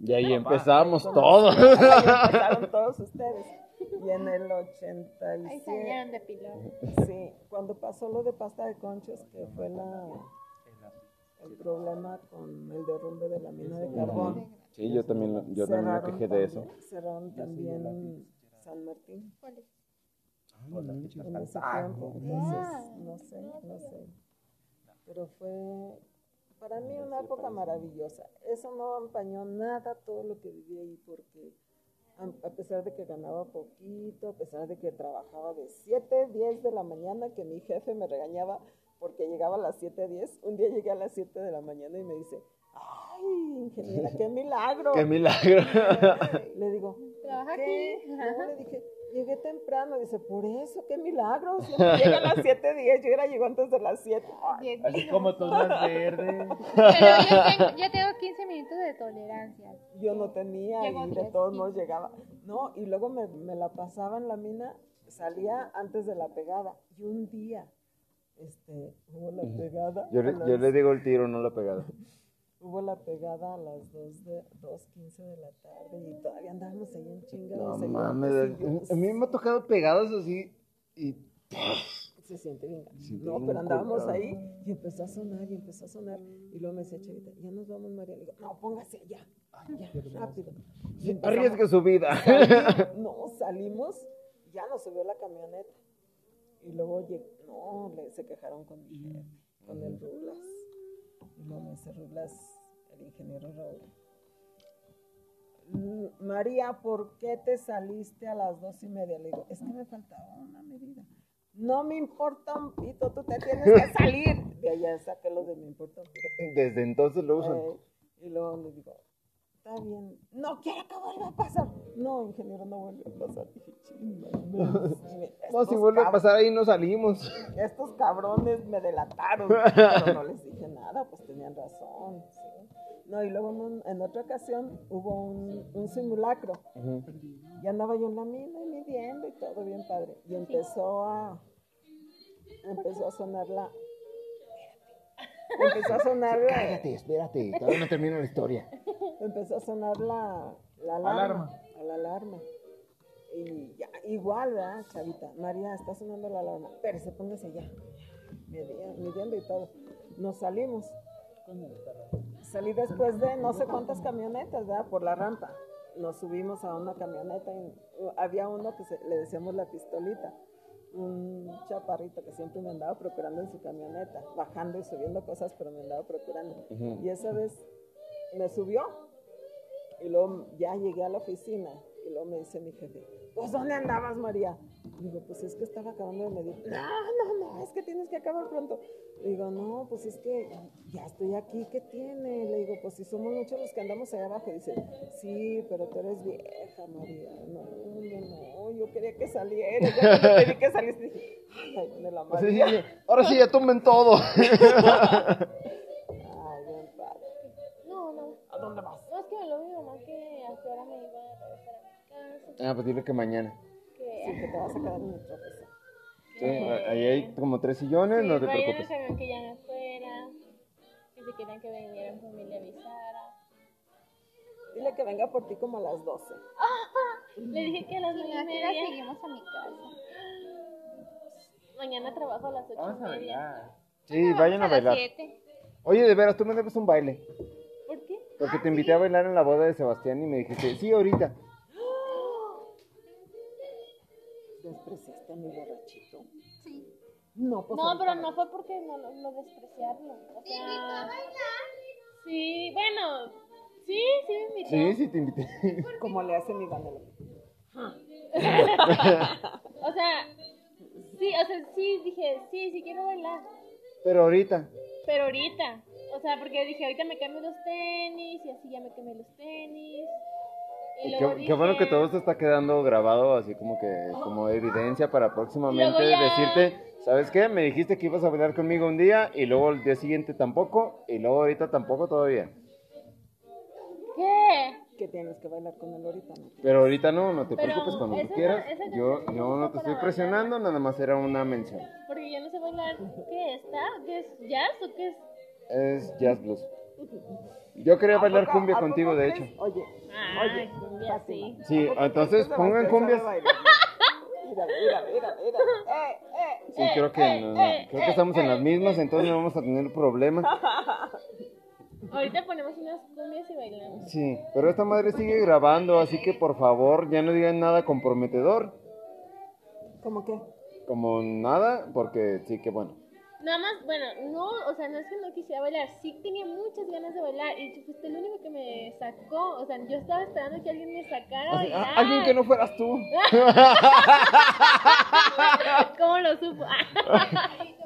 Speaker 5: Y
Speaker 1: Y ahí empezamos todo.
Speaker 3: Ahí empezaron todos ustedes. Y en el
Speaker 2: Ahí
Speaker 3: 87,
Speaker 2: salieron de pilón.
Speaker 3: sí, cuando pasó lo de pasta de conchos, que fue la, el problema con el derrumbe de la mina de carbón.
Speaker 1: Sí, yo también, lo- yo también me
Speaker 3: Cerraron
Speaker 1: quejé de eso.
Speaker 3: también- Cerraron también San Martín
Speaker 2: ¿Cuál es?
Speaker 3: en ese tiempo. Entonces, no sé, no sé. Pero fue para mí una época maravillosa. Eso no empañó nada todo lo que viví ahí porque a- a pesar de que ganaba poquito, a pesar de que trabajaba de 7, 10 de la mañana, que mi jefe me regañaba porque llegaba a las 7, 10, un día llegué a las 7 de la mañana y me dice, ay, ingeniera, qué milagro.
Speaker 1: ¡Qué milagro!
Speaker 3: Le digo,
Speaker 2: Trabaja
Speaker 3: ¿qué?
Speaker 2: aquí.
Speaker 3: No, le dije, llegué temprano. Dice, por eso, qué milagro. Siempre llega a las 7.10. Yo era llegó antes de las 7.
Speaker 2: Diez
Speaker 5: Así
Speaker 2: minutos.
Speaker 5: como todas verdes.
Speaker 2: Pero yo tengo, yo tengo 15 minutos de tolerancia.
Speaker 3: Yo no tenía
Speaker 2: Llegó
Speaker 3: y de
Speaker 2: diez,
Speaker 3: todos
Speaker 2: sí.
Speaker 3: modos llegaba. No, y luego me, me la pasaba en la mina. Salía antes de la pegada. Y un día, este, hubo la pegada.
Speaker 1: Yo
Speaker 3: a
Speaker 1: le,
Speaker 3: las-
Speaker 1: yo le digo el tiro, no la pegada.
Speaker 3: Hubo la pegada a las 2 de, 2.15 de la tarde y todavía andábamos ahí en chinga.
Speaker 1: No
Speaker 3: los
Speaker 1: mames,
Speaker 3: ayudantes
Speaker 1: a
Speaker 3: y yo,
Speaker 1: mí me ha tocado pegadas así y
Speaker 3: se siente bien. gacho.
Speaker 1: siente
Speaker 3: no,
Speaker 1: bien
Speaker 3: pero andábamos
Speaker 1: culero.
Speaker 3: ahí y empezó a sonar y empezó a sonar. Y luego me decía Chavita, ya nos vamos, María. Le digo, no, póngase allá, allá, rápido. Y empezamos-
Speaker 1: arriesgue su vida.
Speaker 3: No, salimos, ya nos subió la camioneta. Y luego, lleg- no, le- se quejaron con mi jefe, con el Rublas. Y luego me dice Rublas, el ingeniero Raúl. "Mm, María, ¿por qué te saliste a las dos y media? Le digo, es que me faltaba una medida. No me importa un pito, tú te tienes que salir. De allá saqué lo de me importa un pito.
Speaker 1: Desde entonces lo usan.
Speaker 3: Eh, y luego le digo, está bien, no quiero que vuelva a pasar. No, ingeniero, no vuelve a pasar. Dije, "Chinga, no".
Speaker 1: No,
Speaker 3: Estos
Speaker 1: si vuelve a
Speaker 3: cab-
Speaker 1: pasar ahí no salimos.
Speaker 3: Estos cabrones me delataron, pero no les dije nada, pues tenían razón. ¿sí? No, y luego en, un- en otra ocasión hubo un, un simulacro. Y andaba yo en la mina y midiendo y todo bien padre. Y empezó a empezó a sonar la empezó a sonar la,
Speaker 1: Espérate, espérate, todavía no termino la historia.
Speaker 3: empezó a sonar la, la alarma, a la alarma. Y ya, igual, ¿verdad, chavita? María, está sonando la alarma. Espérese, póngase ya. Medi- Midiendo y todo. Nos salimos. Salí después de no sé cuántas camionetas, ¿verdad? Por la rampa. Nos subimos a una camioneta y uh, había uno que se- le decíamos la pistolita. Un chaparrito que siempre me andaba procurando en su camioneta, bajando y subiendo cosas, pero me andaba procurando.
Speaker 1: Ujú.
Speaker 3: Y esa vez me subió y luego ya llegué a la oficina y luego me dice mi jefe, pues ¿dónde andabas, María? Digo, pues es que estaba acabando de medir. No, no, no, es que tienes que acabar pronto. Digo, no, pues es que ya estoy aquí, ¿qué tiene? Le digo, pues si somos muchos los que andamos allá abajo. Dice, sí, pero tú eres vieja, María. No, no, no, yo quería que saliera. Ya cuando te vi que saliste, dije, ay, ahí viene la
Speaker 1: Sí, sí,
Speaker 3: María.
Speaker 1: sí. Ahora sí, ya tumben todo.
Speaker 3: Ay, bien padre.
Speaker 4: No, no.
Speaker 3: ¿A dónde vas?
Speaker 4: No, es que me lo mi mamá que hasta ahora me iba a regresar a mi casa.
Speaker 1: Ah, pues dile que mañana.
Speaker 3: Sí,
Speaker 4: Que.
Speaker 3: que te vas a quedar en nuestra oficina.
Speaker 1: Sí, ahí hay como tres sillones,
Speaker 4: Sí,
Speaker 1: no te
Speaker 4: pero ahí en el
Speaker 1: preocupes.
Speaker 4: camión que ya no fuera. Que si querían que viniera mi familia avisara.
Speaker 3: Dile que venga por ti como a las 12.
Speaker 4: Le dije que a las nueve y media.
Speaker 2: seguimos a mi casa.
Speaker 4: Mañana trabajo a las ocho
Speaker 5: Vamos a
Speaker 4: y media.
Speaker 5: bailar.
Speaker 1: Sí, vayan a bailar. Oye, de veras, tú me debes un baile.
Speaker 4: ¿Por qué? Ah,
Speaker 1: Porque te invité a bailar en la boda de Sebastián y me dijiste, sí, ahorita.
Speaker 3: Despreciaste a mi borrachito.
Speaker 2: Sí.
Speaker 3: No, pues
Speaker 4: No,
Speaker 3: ahorita
Speaker 4: pero
Speaker 3: no.
Speaker 4: no fue porque no lo, lo despreciarlo. O sea, sí, bueno, sí, sí me invitó.
Speaker 1: Sí, sí, te invité.
Speaker 3: Como le hace mi bandera.
Speaker 4: O sea, sí, o sea, sí, dije, sí, sí quiero bailar.
Speaker 1: Pero ahorita.
Speaker 4: Pero ahorita, o sea, porque dije, ahorita me cambio los tenis y así ya me cambié los tenis. Y
Speaker 1: Qué,
Speaker 4: luego
Speaker 1: qué
Speaker 4: dije- Oh.
Speaker 1: bueno que todo esto está quedando grabado así como que como evidencia para próximamente
Speaker 4: Luego ya-
Speaker 1: decirte, ¿sabes qué? Me dijiste que ibas a bailar conmigo un día y luego el día siguiente tampoco y luego ahorita tampoco todavía.
Speaker 4: ¿Qué?
Speaker 3: Que tienes que bailar con él ahorita, ¿no?
Speaker 1: Pero ahorita no, no te
Speaker 4: Pero
Speaker 1: preocupes cuando tú
Speaker 4: esa-
Speaker 1: quieras.
Speaker 4: esa canción
Speaker 1: Yo,
Speaker 4: me
Speaker 1: yo no
Speaker 4: gusta
Speaker 1: te
Speaker 4: para
Speaker 1: estoy
Speaker 4: bailar.
Speaker 1: presionando, nada más era una mención.
Speaker 4: Porque yo no sé bailar. ¿Qué está? ¿Qué es jazz o qué es?
Speaker 1: Es jazz blues. Yo quería
Speaker 3: ¿A
Speaker 1: bailar
Speaker 3: poco-
Speaker 1: cumbia
Speaker 3: a poco
Speaker 1: contigo, de hecho.
Speaker 3: crees? Oye,
Speaker 4: Ay,
Speaker 3: oye,
Speaker 4: cumbia, sí.
Speaker 1: Sí, entonces pongan cumbias.
Speaker 3: Mira, mira, mira, mira. Eh, eh.
Speaker 1: Sí, creo que, no, no, creo que estamos en las mismas, entonces no vamos a tener problemas.
Speaker 4: Ahorita ponemos unas cumbias y bailamos.
Speaker 1: Sí, pero esta madre sigue grabando, así que por favor ya no digan nada comprometedor,
Speaker 3: ¿Cómo qué?
Speaker 1: como nada, porque sí que bueno.
Speaker 4: Nada más, bueno, no, o sea, no es que no quisiera bailar, sí tenía muchas ganas de bailar y tú fuiste el único que me sacó, o sea, yo estaba esperando que alguien me sacara a
Speaker 1: Así,
Speaker 4: bailar.
Speaker 1: ah, alguien que no fueras tú.
Speaker 4: ¿Cómo lo supo?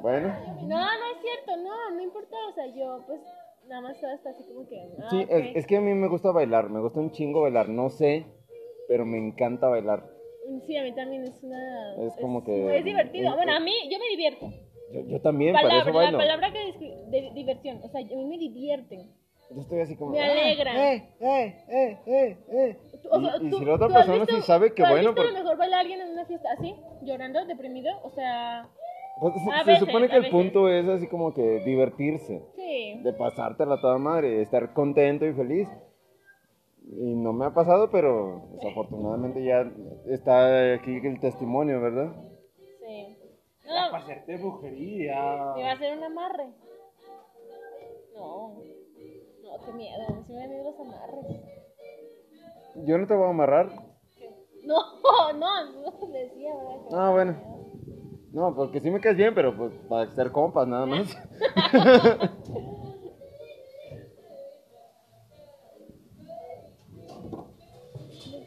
Speaker 1: Bueno,
Speaker 4: no, no es cierto, no, no importa, o sea, yo pues nada más estaba hasta así como que... ah,
Speaker 1: sí,
Speaker 4: ok.
Speaker 1: es, es que a mí me gusta bailar, me gusta un chingo bailar, no sé, pero me encanta bailar.
Speaker 4: Sí, a mí también es una...
Speaker 1: Es como que-
Speaker 4: Es divertido,
Speaker 1: es-
Speaker 4: bueno, a mí, yo me divierto.
Speaker 1: Yo, yo también, para eso
Speaker 4: Palabra, la
Speaker 1: bailo.
Speaker 4: palabra que es de diversión, o sea, a mí me divierten.
Speaker 1: Yo estoy así como...
Speaker 4: Me
Speaker 1: "Ah,
Speaker 4: alegra.
Speaker 1: eh, eh, eh, eh, eh".
Speaker 4: Tú- o sea,
Speaker 1: Y, y
Speaker 4: tú-
Speaker 1: si la otra
Speaker 4: tú has
Speaker 1: persona
Speaker 4: visto-
Speaker 1: sí sabe que
Speaker 4: tú has
Speaker 1: bueno,
Speaker 4: visto a lo
Speaker 1: pues-
Speaker 4: mejor baila alguien en una fiesta así, llorando, deprimido, o sea,
Speaker 1: pues, se,
Speaker 4: A
Speaker 1: se
Speaker 4: veces,
Speaker 1: supone que
Speaker 4: a
Speaker 1: el
Speaker 4: veces.
Speaker 1: punto es así como que divertirse.
Speaker 4: sí.
Speaker 1: de pasártela toda madre, de estar contento y feliz. Y no me ha pasado, pero desafortunadamente ya está aquí el testimonio, ¿verdad?
Speaker 4: Sí. No,
Speaker 5: Para hacerte brujería.
Speaker 4: me va a hacer un amarre. No. No, qué miedo, sí me dan miedo los amarres.
Speaker 1: Yo no te voy a amarrar.
Speaker 4: No, no, no le decía, ¿verdad? Que
Speaker 1: Ah, bueno. No, porque sí me caes bien, pero pues para ser compas nada más.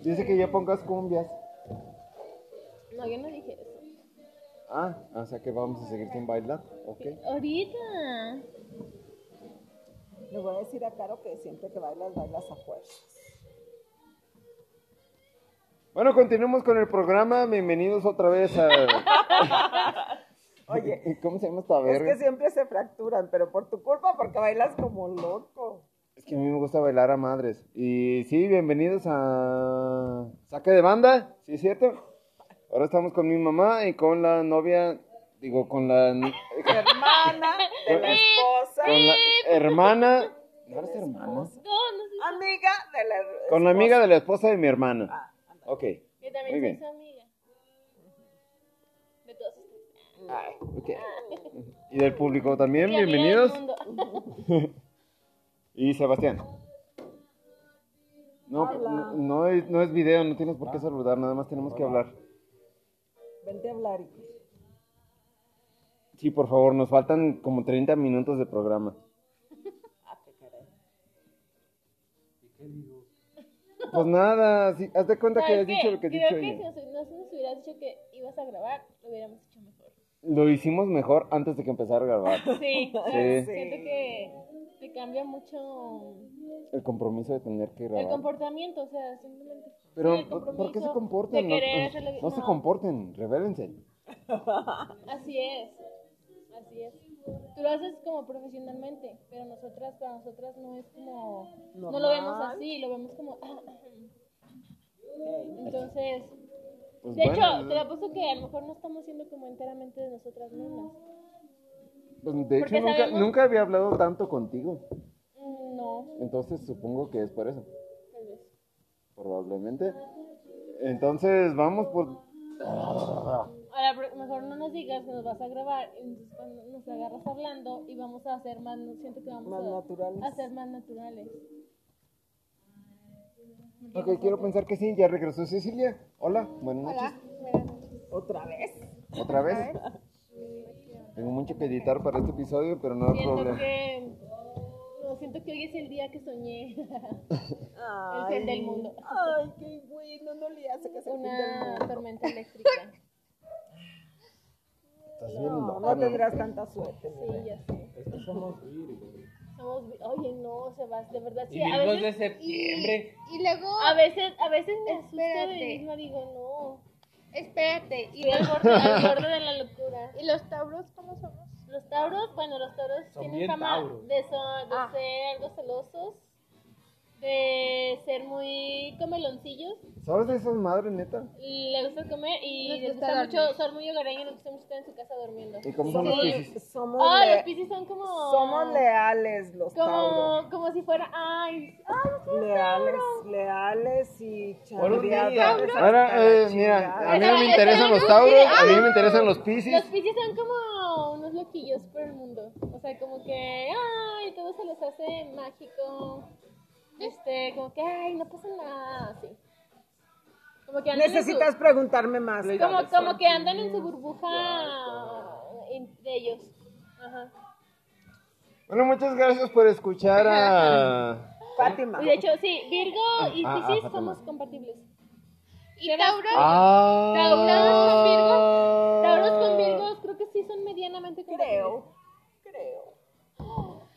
Speaker 1: Dice que ya pongas cumbias.
Speaker 4: No, yo no dije eso.
Speaker 1: Ah, o sea que vamos a seguir sin bailar. Ok.
Speaker 4: Ahorita.
Speaker 3: Le voy a decir a Caro que siempre que bailas, bailas a fuerzas.
Speaker 1: Bueno, continuemos con el programa. Bienvenidos otra vez a.
Speaker 3: Oye,
Speaker 1: ¿Cómo se llama esta
Speaker 3: es
Speaker 1: verga?
Speaker 3: que siempre se fracturan, pero por tu culpa, porque bailas como loco.
Speaker 1: Es que a mí me gusta bailar a madres. Y sí, bienvenidos a Saque de Banda, ¿sí es cierto? Ahora estamos con mi mamá y con la novia, digo, con la,
Speaker 3: Tu hermana, de la esposa,
Speaker 1: con la hermana. ¿No eres
Speaker 3: de la
Speaker 1: hermana?
Speaker 3: esposa.
Speaker 4: No, no sé.
Speaker 3: Amiga de la
Speaker 1: Con la
Speaker 3: esposa.
Speaker 1: amiga de la esposa de mi hermana.
Speaker 3: Ah, ándale.
Speaker 1: Ok.
Speaker 4: Yo
Speaker 1: Muy
Speaker 4: también
Speaker 1: bien.
Speaker 4: soy su amiga. De todos ustedes.
Speaker 1: ok. Y del público también,
Speaker 4: Mi amiga del
Speaker 1: bienvenidos.
Speaker 4: mundo.
Speaker 1: Y Sebastián. No,
Speaker 3: Hola.
Speaker 1: no, no es, no es video, no tienes por qué saludar, nada más tenemos que hablar.
Speaker 3: Vente a hablar, hijo.
Speaker 1: Sí, por favor, nos faltan como 30 minutos de programa.
Speaker 3: Ah, qué caray.
Speaker 1: Pues nada, sí, haz de cuenta que
Speaker 4: ¿Sabes
Speaker 1: has
Speaker 4: qué?
Speaker 1: dicho lo que he
Speaker 4: Creo
Speaker 1: dicho
Speaker 4: que
Speaker 1: ella.
Speaker 4: si nos, no, si nos hubieras dicho que ibas a grabar, lo hubiéramos hecho mejor.
Speaker 1: Lo hicimos mejor antes de que empezara a grabar.
Speaker 4: Sí.
Speaker 1: Sí.
Speaker 4: Siento que te cambia mucho
Speaker 1: El compromiso de tener que
Speaker 4: el
Speaker 1: grabar.
Speaker 4: comportamiento, o sea, simplemente.
Speaker 1: Pero,
Speaker 4: sí, el
Speaker 1: ¿por qué se
Speaker 4: compromiso
Speaker 1: comportan?
Speaker 4: de
Speaker 1: No,
Speaker 4: querer
Speaker 1: eh,
Speaker 4: hacer lo que-
Speaker 1: no se comporten, revélense.
Speaker 4: Así es, así es. Tú lo haces como profesionalmente, pero nosotras, para nosotras no es como, no lo
Speaker 3: Normal.
Speaker 4: vemos así, lo vemos como, ah,
Speaker 3: Ey,
Speaker 4: entonces,
Speaker 1: Pues
Speaker 4: de
Speaker 1: bueno,
Speaker 4: hecho, te lo apuesto que a lo mejor no estamos siendo como enteramente de nosotras mismas.
Speaker 1: pues, de hecho,
Speaker 4: porque
Speaker 1: nunca,
Speaker 4: sabemos-
Speaker 1: nunca había hablado tanto contigo.
Speaker 4: Mm, No,
Speaker 1: Entonces, supongo que es por eso.
Speaker 4: tal vez.
Speaker 1: Probablemente. Entonces, vamos por.
Speaker 4: Ahora, pero mejor no nos digas que nos vas a grabar, entonces cuando nos agarras hablando y vamos a hacer más, no- siento que vamos
Speaker 3: Más
Speaker 4: a,
Speaker 3: naturales.
Speaker 4: a ser más naturales.
Speaker 1: Ok, quiero pensar que sí, ya regresó Cecilia. Hola, buenas noches.
Speaker 2: Hola, buenas noches.
Speaker 3: Otra vez.
Speaker 1: ¿Otra vez? Tengo mucho que editar para este episodio, pero no hay
Speaker 4: Siento
Speaker 1: problema.
Speaker 4: que, no, siento que hoy es el día que soñé.
Speaker 3: Ay,
Speaker 4: fin del mundo.
Speaker 3: Ay, qué güey, no, no le hace que sea el fin del
Speaker 4: una
Speaker 3: mundo.
Speaker 4: tormenta eléctrica.
Speaker 1: Estás bien
Speaker 3: No,
Speaker 1: loca,
Speaker 3: no
Speaker 1: ¿no?
Speaker 3: tendrás tanta suerte.
Speaker 4: Sí,
Speaker 3: mira.
Speaker 4: ya sé.
Speaker 5: Es que somos virgos.
Speaker 4: Somos, vi- oye, no, Sebas, de verdad.
Speaker 5: Y
Speaker 4: Sí, a
Speaker 5: virgos de
Speaker 4: veces,
Speaker 5: septiembre.
Speaker 2: Y luego,
Speaker 4: a veces, a veces me asusto de mí
Speaker 2: Espérate.
Speaker 4: misma, digo,
Speaker 2: espérate, y
Speaker 4: no. Al
Speaker 2: luego-
Speaker 4: borde, al borde de la locura.
Speaker 2: ¿y los Tauros cómo somos?
Speaker 4: Los tauros, bueno, los tauros
Speaker 5: Son
Speaker 4: tienen
Speaker 5: bien
Speaker 4: fama
Speaker 5: tauros.
Speaker 4: de, so- de
Speaker 2: Ah.
Speaker 4: ser algo celosos, de ser muy comeloncillos,
Speaker 1: ¿Sabes de esas madres, neta?
Speaker 4: le gusta comer y
Speaker 2: Les
Speaker 4: les
Speaker 2: gusta
Speaker 4: gusta, mucho,
Speaker 2: dormir.
Speaker 4: son muy hogareños, les gusta mucho estar en su casa durmiendo.
Speaker 1: ¿Y cómo son los Piscis?
Speaker 3: Somos, somos,
Speaker 4: Ah,
Speaker 3: le-
Speaker 4: los piscis son como.
Speaker 3: somos leales los Tauro.
Speaker 4: Como, como si fuera. Ay, ay, no sé.
Speaker 3: Leales, leales y
Speaker 5: Por un día.
Speaker 3: chambeadores hasta
Speaker 1: Ahora,
Speaker 3: la
Speaker 1: eh,
Speaker 3: chingada.
Speaker 1: mira, a mí
Speaker 4: Eso-
Speaker 1: no me
Speaker 4: eso
Speaker 1: interesan
Speaker 4: no
Speaker 1: los
Speaker 4: quiere-
Speaker 1: Tauros, a mí
Speaker 4: ¡Ah!
Speaker 1: me interesan los
Speaker 4: Los
Speaker 1: Piscis.
Speaker 4: piscis son como unos loquillos por el mundo. O sea, como que. Ay, todo se les hace mágico. Este, como que. Ay, no pasa nada. Así. Como que andan en su-
Speaker 3: Necesitas preguntarme más.
Speaker 4: como, como que andan en su burbuja en- de ellos. Ajá.
Speaker 1: Bueno, muchas gracias por escuchar a...
Speaker 3: Fátima.
Speaker 4: Y de hecho, sí, Virgo y
Speaker 1: Ah, ah,
Speaker 4: Piscis
Speaker 1: Fátima.
Speaker 4: somos compatibles.
Speaker 2: ¿Y Tauro?
Speaker 1: Ah.
Speaker 4: Tauros con Virgo. Tauros con Virgos creo que sí son medianamente compatibles.
Speaker 3: Creo, creo.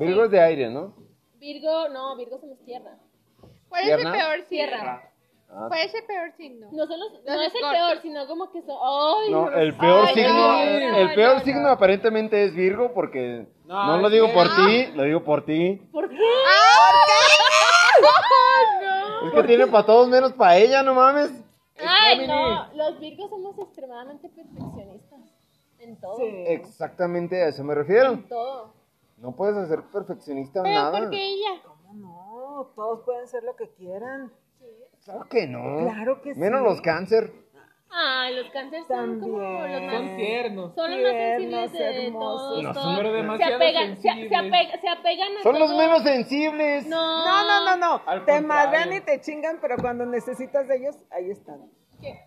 Speaker 1: Virgos de aire, ¿no?
Speaker 4: Virgo, no, Virgo somos tierra.
Speaker 2: ¿Cuál es el
Speaker 1: ¿Tierna?
Speaker 2: peor signo?
Speaker 4: Tierra.
Speaker 1: Ah.
Speaker 2: ¿Cuál es el peor signo?
Speaker 4: No, son los, no,
Speaker 2: Los
Speaker 4: es el
Speaker 2: escorpios.
Speaker 4: peor, sino como que son. ¡Ay!
Speaker 1: No,
Speaker 4: no.
Speaker 1: el peor
Speaker 4: Ay,
Speaker 1: signo,
Speaker 4: no, no,
Speaker 1: el peor
Speaker 4: no,
Speaker 1: signo
Speaker 4: no.
Speaker 1: aparentemente es Virgo porque no,
Speaker 5: No,
Speaker 1: lo
Speaker 5: es
Speaker 1: digo
Speaker 5: que-
Speaker 1: por ti, lo digo por ti.
Speaker 4: ¿Por qué?
Speaker 1: Es que tiene para todos menos para ella, no mames.
Speaker 4: ¡Ay, no! Los Virgos somos extremadamente perfeccionistas. En todo.
Speaker 3: Sí.
Speaker 1: Exactamente a eso me refiero.
Speaker 4: En todo.
Speaker 1: No puedes hacer perfeccionista
Speaker 4: Pero
Speaker 1: nada.
Speaker 4: porque ella.
Speaker 3: ¿Cómo no? Todos pueden ser lo que quieran.
Speaker 1: Claro que no.
Speaker 3: Claro que sí.
Speaker 1: Menos los cáncer.
Speaker 4: Ay, los cánceres son como los
Speaker 3: También.
Speaker 4: más.
Speaker 5: Son tiernos.
Speaker 4: Son los más
Speaker 3: Tiernos,
Speaker 4: sensibles de
Speaker 3: hermosos.
Speaker 4: todos.
Speaker 5: No, son
Speaker 4: todos.
Speaker 5: pero
Speaker 4: se,
Speaker 5: demasiado
Speaker 4: apegan, se, se,
Speaker 5: sensibles.
Speaker 4: apega- se apegan a
Speaker 1: Son los
Speaker 4: todo.
Speaker 1: menos sensibles.
Speaker 4: No.
Speaker 3: No, no, no, no.
Speaker 5: Al
Speaker 3: te
Speaker 5: contrario.
Speaker 3: madrean y te chingan, pero cuando necesitas de ellos, ahí están.
Speaker 4: ¿Qué?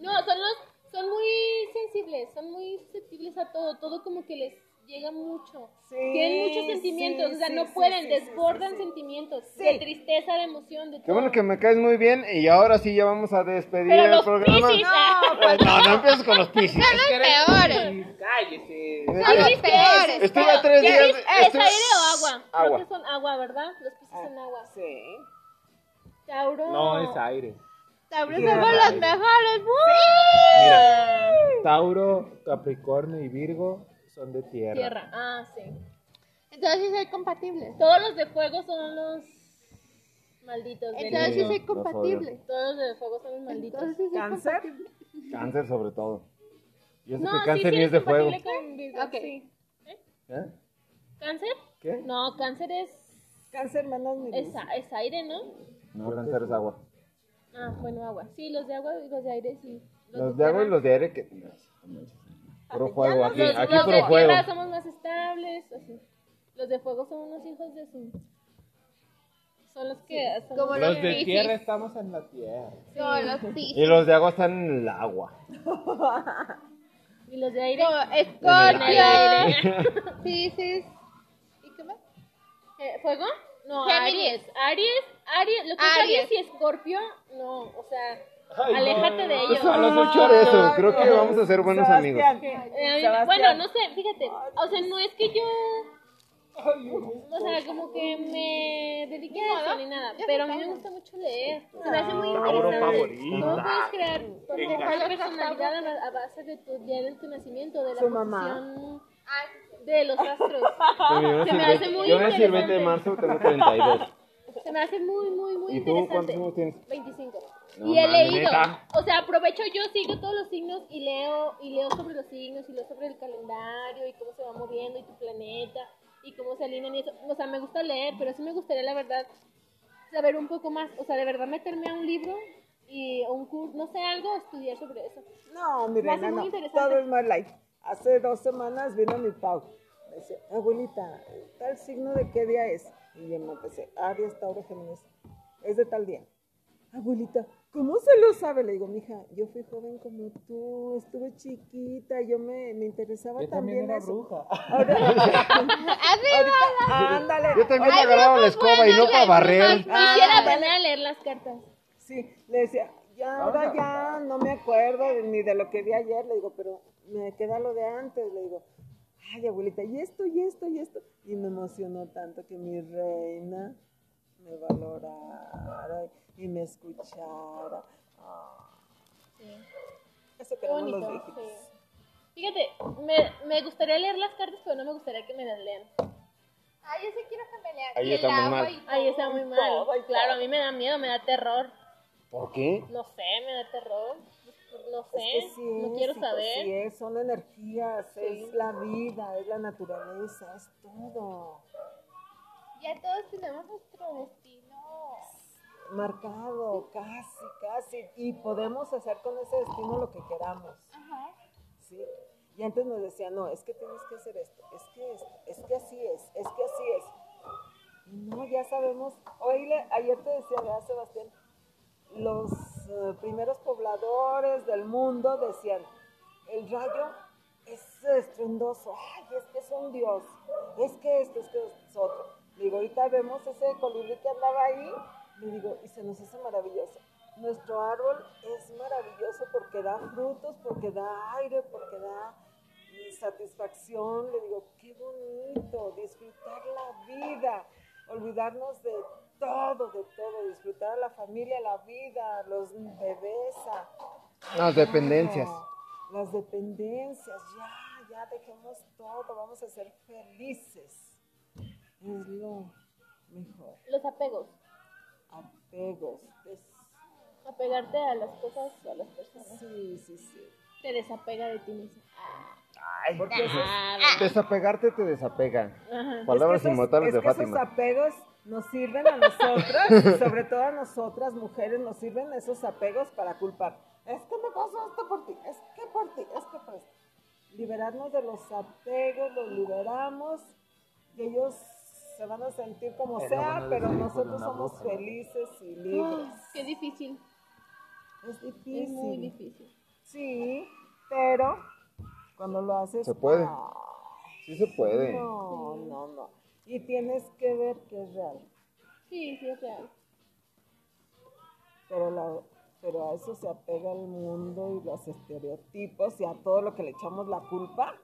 Speaker 4: No, son los, son muy sensibles, son muy susceptibles a todo, todo como que les llega mucho.
Speaker 3: Sí,
Speaker 4: Tienen muchos sentimientos,
Speaker 3: sí,
Speaker 4: o sea,
Speaker 3: sí,
Speaker 4: no
Speaker 3: sí,
Speaker 4: pueden,
Speaker 3: sí, sí,
Speaker 4: desbordan
Speaker 3: sí, sí.
Speaker 4: sentimientos,
Speaker 3: Sí.
Speaker 4: de tristeza, de emoción, de
Speaker 1: Qué
Speaker 4: todo.
Speaker 1: bueno que me caes muy bien y ahora sí ya vamos a despedir
Speaker 4: Pero
Speaker 1: el
Speaker 4: los
Speaker 1: programa.
Speaker 4: piscis,
Speaker 1: no, pues no, no empieces con los piscis.
Speaker 2: peores.
Speaker 5: Cállese.
Speaker 2: Son los peores.
Speaker 1: Estuve a tres
Speaker 4: ¿Qué
Speaker 1: días.
Speaker 4: es? Eh, ¿Es
Speaker 1: estuve-
Speaker 4: aire o agua?
Speaker 1: Agua.
Speaker 4: Creo que son agua, ¿verdad? Los peces son
Speaker 2: Ah.
Speaker 4: agua.
Speaker 3: Sí.
Speaker 4: Tauro.
Speaker 5: No, es aire.
Speaker 2: Tauro somos los mejores.
Speaker 5: Mira, Tauro, Capricornio y Virgo son de tierra.
Speaker 4: Tierra. Ah, sí.
Speaker 2: Entonces sí soy compatible.
Speaker 4: Todos los de fuego son los malditos. del
Speaker 2: Entonces sí
Speaker 4: mundo.
Speaker 2: soy
Speaker 1: los odio.
Speaker 2: compatible.
Speaker 4: Todos los de fuego son los malditos.
Speaker 2: Entonces sí soy
Speaker 3: ¿Cáncer?
Speaker 1: Cáncer sobre todo. Yo sé
Speaker 4: no,
Speaker 1: que cáncer
Speaker 4: sí,
Speaker 1: ni
Speaker 4: sí
Speaker 1: es de
Speaker 4: eres
Speaker 1: fuego.
Speaker 4: compatible con Virgo,
Speaker 2: Ok.
Speaker 4: sí.
Speaker 1: ¿Eh?
Speaker 4: ¿Cáncer?
Speaker 1: ¿Qué?
Speaker 4: No, cáncer es,
Speaker 3: Cáncer menos mi
Speaker 4: es, a- es aire, ¿no?
Speaker 1: No, cáncer es agua.
Speaker 4: Ah, bueno, agua. Sí, los de agua y los de aire, sí.
Speaker 1: Los de agua y los de aire que. Puro fuego aquí,
Speaker 4: Los,
Speaker 1: aquí
Speaker 4: los
Speaker 1: puro
Speaker 4: de
Speaker 1: fuego.
Speaker 4: tierra somos más estables, así. Los de fuego son unos hijos de su... Son los que... son
Speaker 2: Como
Speaker 5: Los
Speaker 2: los
Speaker 5: de
Speaker 2: piscis.
Speaker 5: tierra estamos en la tierra.
Speaker 2: No, los piscis.
Speaker 1: Y los de agua están en el agua.
Speaker 4: Y los de aire...
Speaker 2: Como
Speaker 1: En el aire.
Speaker 2: Escorpio. Piscis. ¿Y qué más?
Speaker 4: Eh, ¿Fuego? No,
Speaker 2: Géminis.
Speaker 4: Aries. Aries, Aries, lo que es
Speaker 2: Aries.
Speaker 4: Aries y Escorpio, no, o sea, aléjate de ellos.
Speaker 1: A los ocho de eso, creo que vamos a ser buenos amigos.
Speaker 3: Sebastián.
Speaker 4: Eh,
Speaker 3: Sebastián.
Speaker 4: bueno, no sé, fíjate, o sea, no es que yo, o sea, como que me dedique a eso ni nada, pero a mí me gusta mucho leer, se me hace muy interesante.
Speaker 1: Ah,
Speaker 4: ¿Cómo puedes crear tal personalidad a ba- a base de tu día de tu nacimiento, de la
Speaker 3: Su mamá.
Speaker 4: posición de los astros?
Speaker 1: Yo
Speaker 4: Se me hace muy
Speaker 1: Yo nací el 20 de
Speaker 4: interesante.
Speaker 1: marzo, tengo 42.
Speaker 4: Se me hace muy, muy, muy
Speaker 1: ¿Y tú
Speaker 4: interesante.
Speaker 1: cuántos años tienes?
Speaker 4: 25.
Speaker 1: No
Speaker 4: y he
Speaker 1: mames,
Speaker 4: leído.
Speaker 1: ¿neta?
Speaker 4: O sea, aprovecho, yo sigo todos los signos y leo, y leo sobre los signos, y leo sobre el calendario, y cómo se va moviendo, y tu planeta, y cómo se alinean y eso. O sea, me gusta leer, pero sí me gustaría, la verdad, saber un poco más. O sea, de verdad meterme a un libro y o un curso, no sé, algo, estudiar sobre eso.
Speaker 3: No, mi
Speaker 4: Me hace
Speaker 3: reina,
Speaker 4: muy
Speaker 3: no.
Speaker 4: interesante.
Speaker 3: Todo es más light. Hace dos semanas vino mi Pau. Me dice, abuelita, ¿tal signo de qué día es? Y yo me empecé, Aries, Tauro, Géminis. Es de tal día. Abuelita, ¿cómo se lo sabe? Le digo, mija, yo fui joven como tú, estuve chiquita, yo me, me interesaba también, eso. Ahora,
Speaker 2: Arriba.
Speaker 3: ahorita, ándale.
Speaker 1: Yo también
Speaker 2: Ay,
Speaker 1: agarraba la
Speaker 2: no,
Speaker 1: escoba y no
Speaker 2: bueno,
Speaker 1: para
Speaker 2: la-
Speaker 1: barrer.
Speaker 4: Quisiera
Speaker 3: Ándale.
Speaker 4: aprender a leer las cartas.
Speaker 3: Sí, le decía, ya, ahora ya no me acuerdo de- ni de lo que vi ayer, le digo, pero me queda lo de antes, le digo, ay abuelita, y esto, y esto, y esto. Y me emocionó tanto que mi reina me valorara y me escuchara. Ah. Eso
Speaker 4: Qué
Speaker 3: queremos los
Speaker 4: bonito.
Speaker 3: viejitos.
Speaker 4: sí. Fíjate, me, me gustaría leer las cartas, pero no me gustaría que me las lean.
Speaker 2: Ay, yo sí quiero que me lean.
Speaker 1: Ahí
Speaker 2: Y el
Speaker 1: estamos
Speaker 2: agua
Speaker 1: mal.
Speaker 2: y todo.
Speaker 4: Ay, está muy mal. Claro, a mí me da miedo, me da terror.
Speaker 1: ¿Por qué?
Speaker 4: No sé, me da terror. No
Speaker 3: Es
Speaker 4: sé,
Speaker 3: que sí
Speaker 4: no
Speaker 3: es,
Speaker 4: quiero
Speaker 3: hijo,
Speaker 4: saber.
Speaker 3: sí es, son energías,
Speaker 4: Sí.
Speaker 3: es la vida, es la naturaleza, es todo
Speaker 2: Ya todos tenemos nuestro destino.
Speaker 3: marcado, casi, casi. Y podemos hacer con ese destino lo que queramos.
Speaker 2: Ajá.
Speaker 3: ¿sí? Y antes nos decían, no, es que tienes que hacer esto, es que esto, es que así es, es que así es. No, ya sabemos. Hoy, le- ayer te decía, ¿verdad, Sebastián? Los eh, primeros pobladores del mundo decían, el rayo es estruendoso, ay, es que es un dios, es que esto, es que es otro. Digo, ahorita vemos ese colibrí que andaba ahí, le digo, y se nos hace maravilloso. Nuestro árbol es maravilloso porque da frutos, porque da aire, porque da eh, satisfacción. Le digo, qué bonito, disfrutar la vida, olvidarnos de todo, de todo, disfrutar a la familia, la vida, los bebés. a-
Speaker 1: Las dependencias.
Speaker 3: las dependencias, ya, ya dejemos todo, vamos a ser felices. Es lo mejor.
Speaker 4: Los apegos,
Speaker 3: Apegos. des-
Speaker 4: apegarte a las cosas o a las personas.
Speaker 3: Sí, sí, sí.
Speaker 4: Te desapega de ti mismo.
Speaker 3: Porque esos,
Speaker 1: Desapegarte te desapega.
Speaker 4: Ah. Ajá.
Speaker 1: Palabras
Speaker 3: es que esos-
Speaker 1: inmortales
Speaker 3: es
Speaker 1: de
Speaker 3: que esos
Speaker 1: Fátima.
Speaker 3: apegos nos sirven a nosotras, sobre todo a nosotras mujeres, nos sirven esos apegos para culpar. Es que me pasó esto por ti, es que por ti, es que por esto. Liberarnos de los apegos, los liberamos y ellos se van a sentir como
Speaker 5: Es lo
Speaker 3: sea,
Speaker 5: bueno de
Speaker 3: pero
Speaker 5: ser hijo de
Speaker 3: nosotros
Speaker 5: una
Speaker 3: somos
Speaker 5: bruja, ¿no?
Speaker 3: felices y libres.
Speaker 4: Qué difícil,
Speaker 3: Es difícil.
Speaker 4: es muy difícil.
Speaker 3: Sí, pero cuando lo haces.
Speaker 1: Se puede.
Speaker 3: ay,
Speaker 1: Sí se puede.
Speaker 3: No, no, no. Y tienes que ver que es real.
Speaker 4: Sí, sí, o sea.
Speaker 3: Pero, la, pero a eso se apega el mundo y los estereotipos y a todo lo que le echamos la culpa.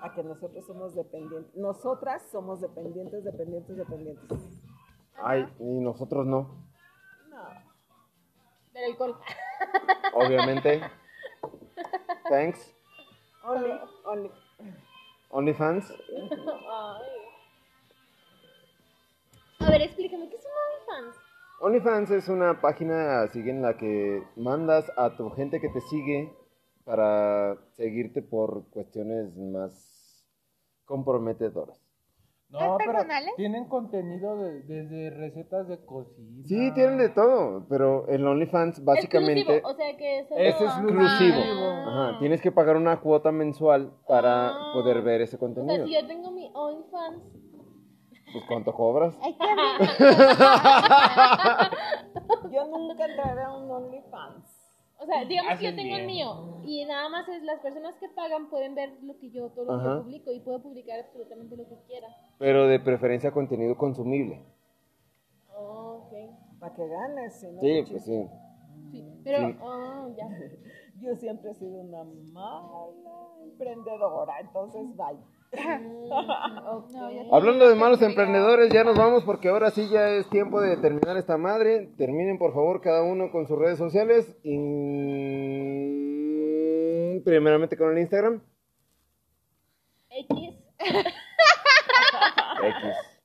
Speaker 3: A que nosotros somos dependientes. Nosotras somos dependientes, dependientes, dependientes.
Speaker 1: Ay, y nosotros no.
Speaker 3: No.
Speaker 4: Del alcohol.
Speaker 1: Obviamente. Thanks.
Speaker 3: Only, only.
Speaker 1: OnlyFans.
Speaker 4: Ay. A ver, explícame, ¿qué es un OnlyFans?
Speaker 1: OnlyFans es una página así en la que mandas a tu gente que te sigue para seguirte por cuestiones más comprometedoras.
Speaker 5: No, pero
Speaker 2: personales?
Speaker 5: tienen contenido de- desde recetas de cocina.
Speaker 1: Sí, tienen de todo, pero el OnlyFans básicamente
Speaker 4: Exclusivo, o sea que eso
Speaker 5: Es
Speaker 4: no-
Speaker 5: exclusivo.
Speaker 4: Ajá.
Speaker 1: Ajá, tienes que pagar una cuota mensual para
Speaker 4: Ah.
Speaker 1: poder ver ese
Speaker 4: O sea,
Speaker 1: contenido.
Speaker 4: si yo tengo mi OnlyFans,
Speaker 1: Pues cuánto cobras.
Speaker 2: Hay que abrir,
Speaker 3: Yo nunca entraré a un OnlyFans.
Speaker 4: o sea, digamos que yo
Speaker 5: Haces
Speaker 4: tengo el
Speaker 5: bien.
Speaker 4: mío y nada más es las personas que pagan pueden ver lo que yo, todo lo que
Speaker 1: Ajá.
Speaker 4: yo publico y puedo publicar absolutamente lo que quiera.
Speaker 1: Pero de preferencia contenido consumible.
Speaker 4: Oh, ok.
Speaker 3: Para que ganes, si no
Speaker 1: Sí,
Speaker 3: te
Speaker 1: pues sí.
Speaker 4: Sí, pero,
Speaker 1: Sí.
Speaker 4: ah, ya.
Speaker 3: Yo siempre he sido una mala emprendedora, entonces bye.
Speaker 4: No, ya tengo-
Speaker 1: Hablando de malos emprendedores, ya nos vamos porque ahora sí ya es tiempo de terminar esta madre. Terminen por favor cada uno con sus redes sociales. Y... Primeramente con el Instagram.
Speaker 4: X,
Speaker 1: X.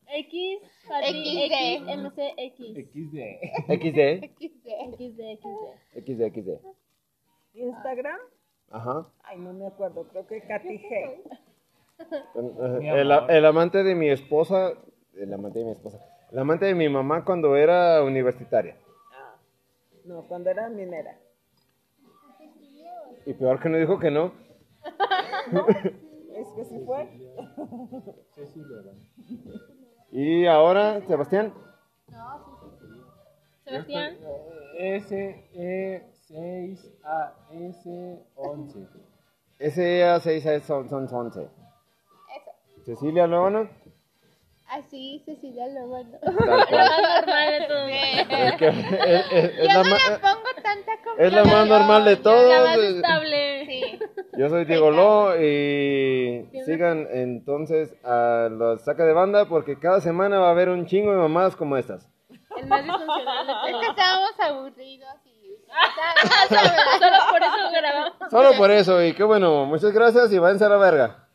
Speaker 4: X, Fati, X,
Speaker 2: XD.
Speaker 4: MC, X.
Speaker 5: XD.
Speaker 1: XD.
Speaker 4: XD, XD.
Speaker 1: XD, XD.
Speaker 3: Instagram,
Speaker 1: Ajá.
Speaker 3: ay, no me acuerdo, creo que Katy G.
Speaker 5: Mi
Speaker 1: El,
Speaker 5: amor.
Speaker 1: el amante de mi esposa. El amante de mi esposa. El amante de mi mamá cuando era universitaria.
Speaker 3: Ah, no, cuando era minera.
Speaker 1: Y peor que no dijo que no.
Speaker 3: Es que sí fue.
Speaker 5: Ceci Lorán.
Speaker 1: Y ahora, Sebastián.
Speaker 4: Sebastián,
Speaker 5: E, S-E-6-A-S-11.
Speaker 1: SA6 son, son 11.
Speaker 2: Eso.
Speaker 1: Cecilia Leona.
Speaker 2: Así, Cecilia lo bueno.
Speaker 1: Tal cual.
Speaker 4: más normal de todo.
Speaker 1: Es, que- es- es- es
Speaker 2: Yo
Speaker 1: la
Speaker 2: no
Speaker 1: ma- eh,
Speaker 2: le pongo tanta confianza.
Speaker 1: es la más normal de
Speaker 4: La más
Speaker 1: todos.
Speaker 4: estable.
Speaker 2: Sí.
Speaker 1: Yo soy Diego Lo y sigan entonces a los saca de banda porque cada semana va a haber un chingo de mamadas como estas.
Speaker 4: El más disfuncional de
Speaker 2: Es
Speaker 4: todos.
Speaker 2: que estábamos aburridos y. Estábamos sobre-
Speaker 4: Solo por eso grabamos.
Speaker 1: Solo por eso y qué bueno. Muchas gracias y váyanse a la verga.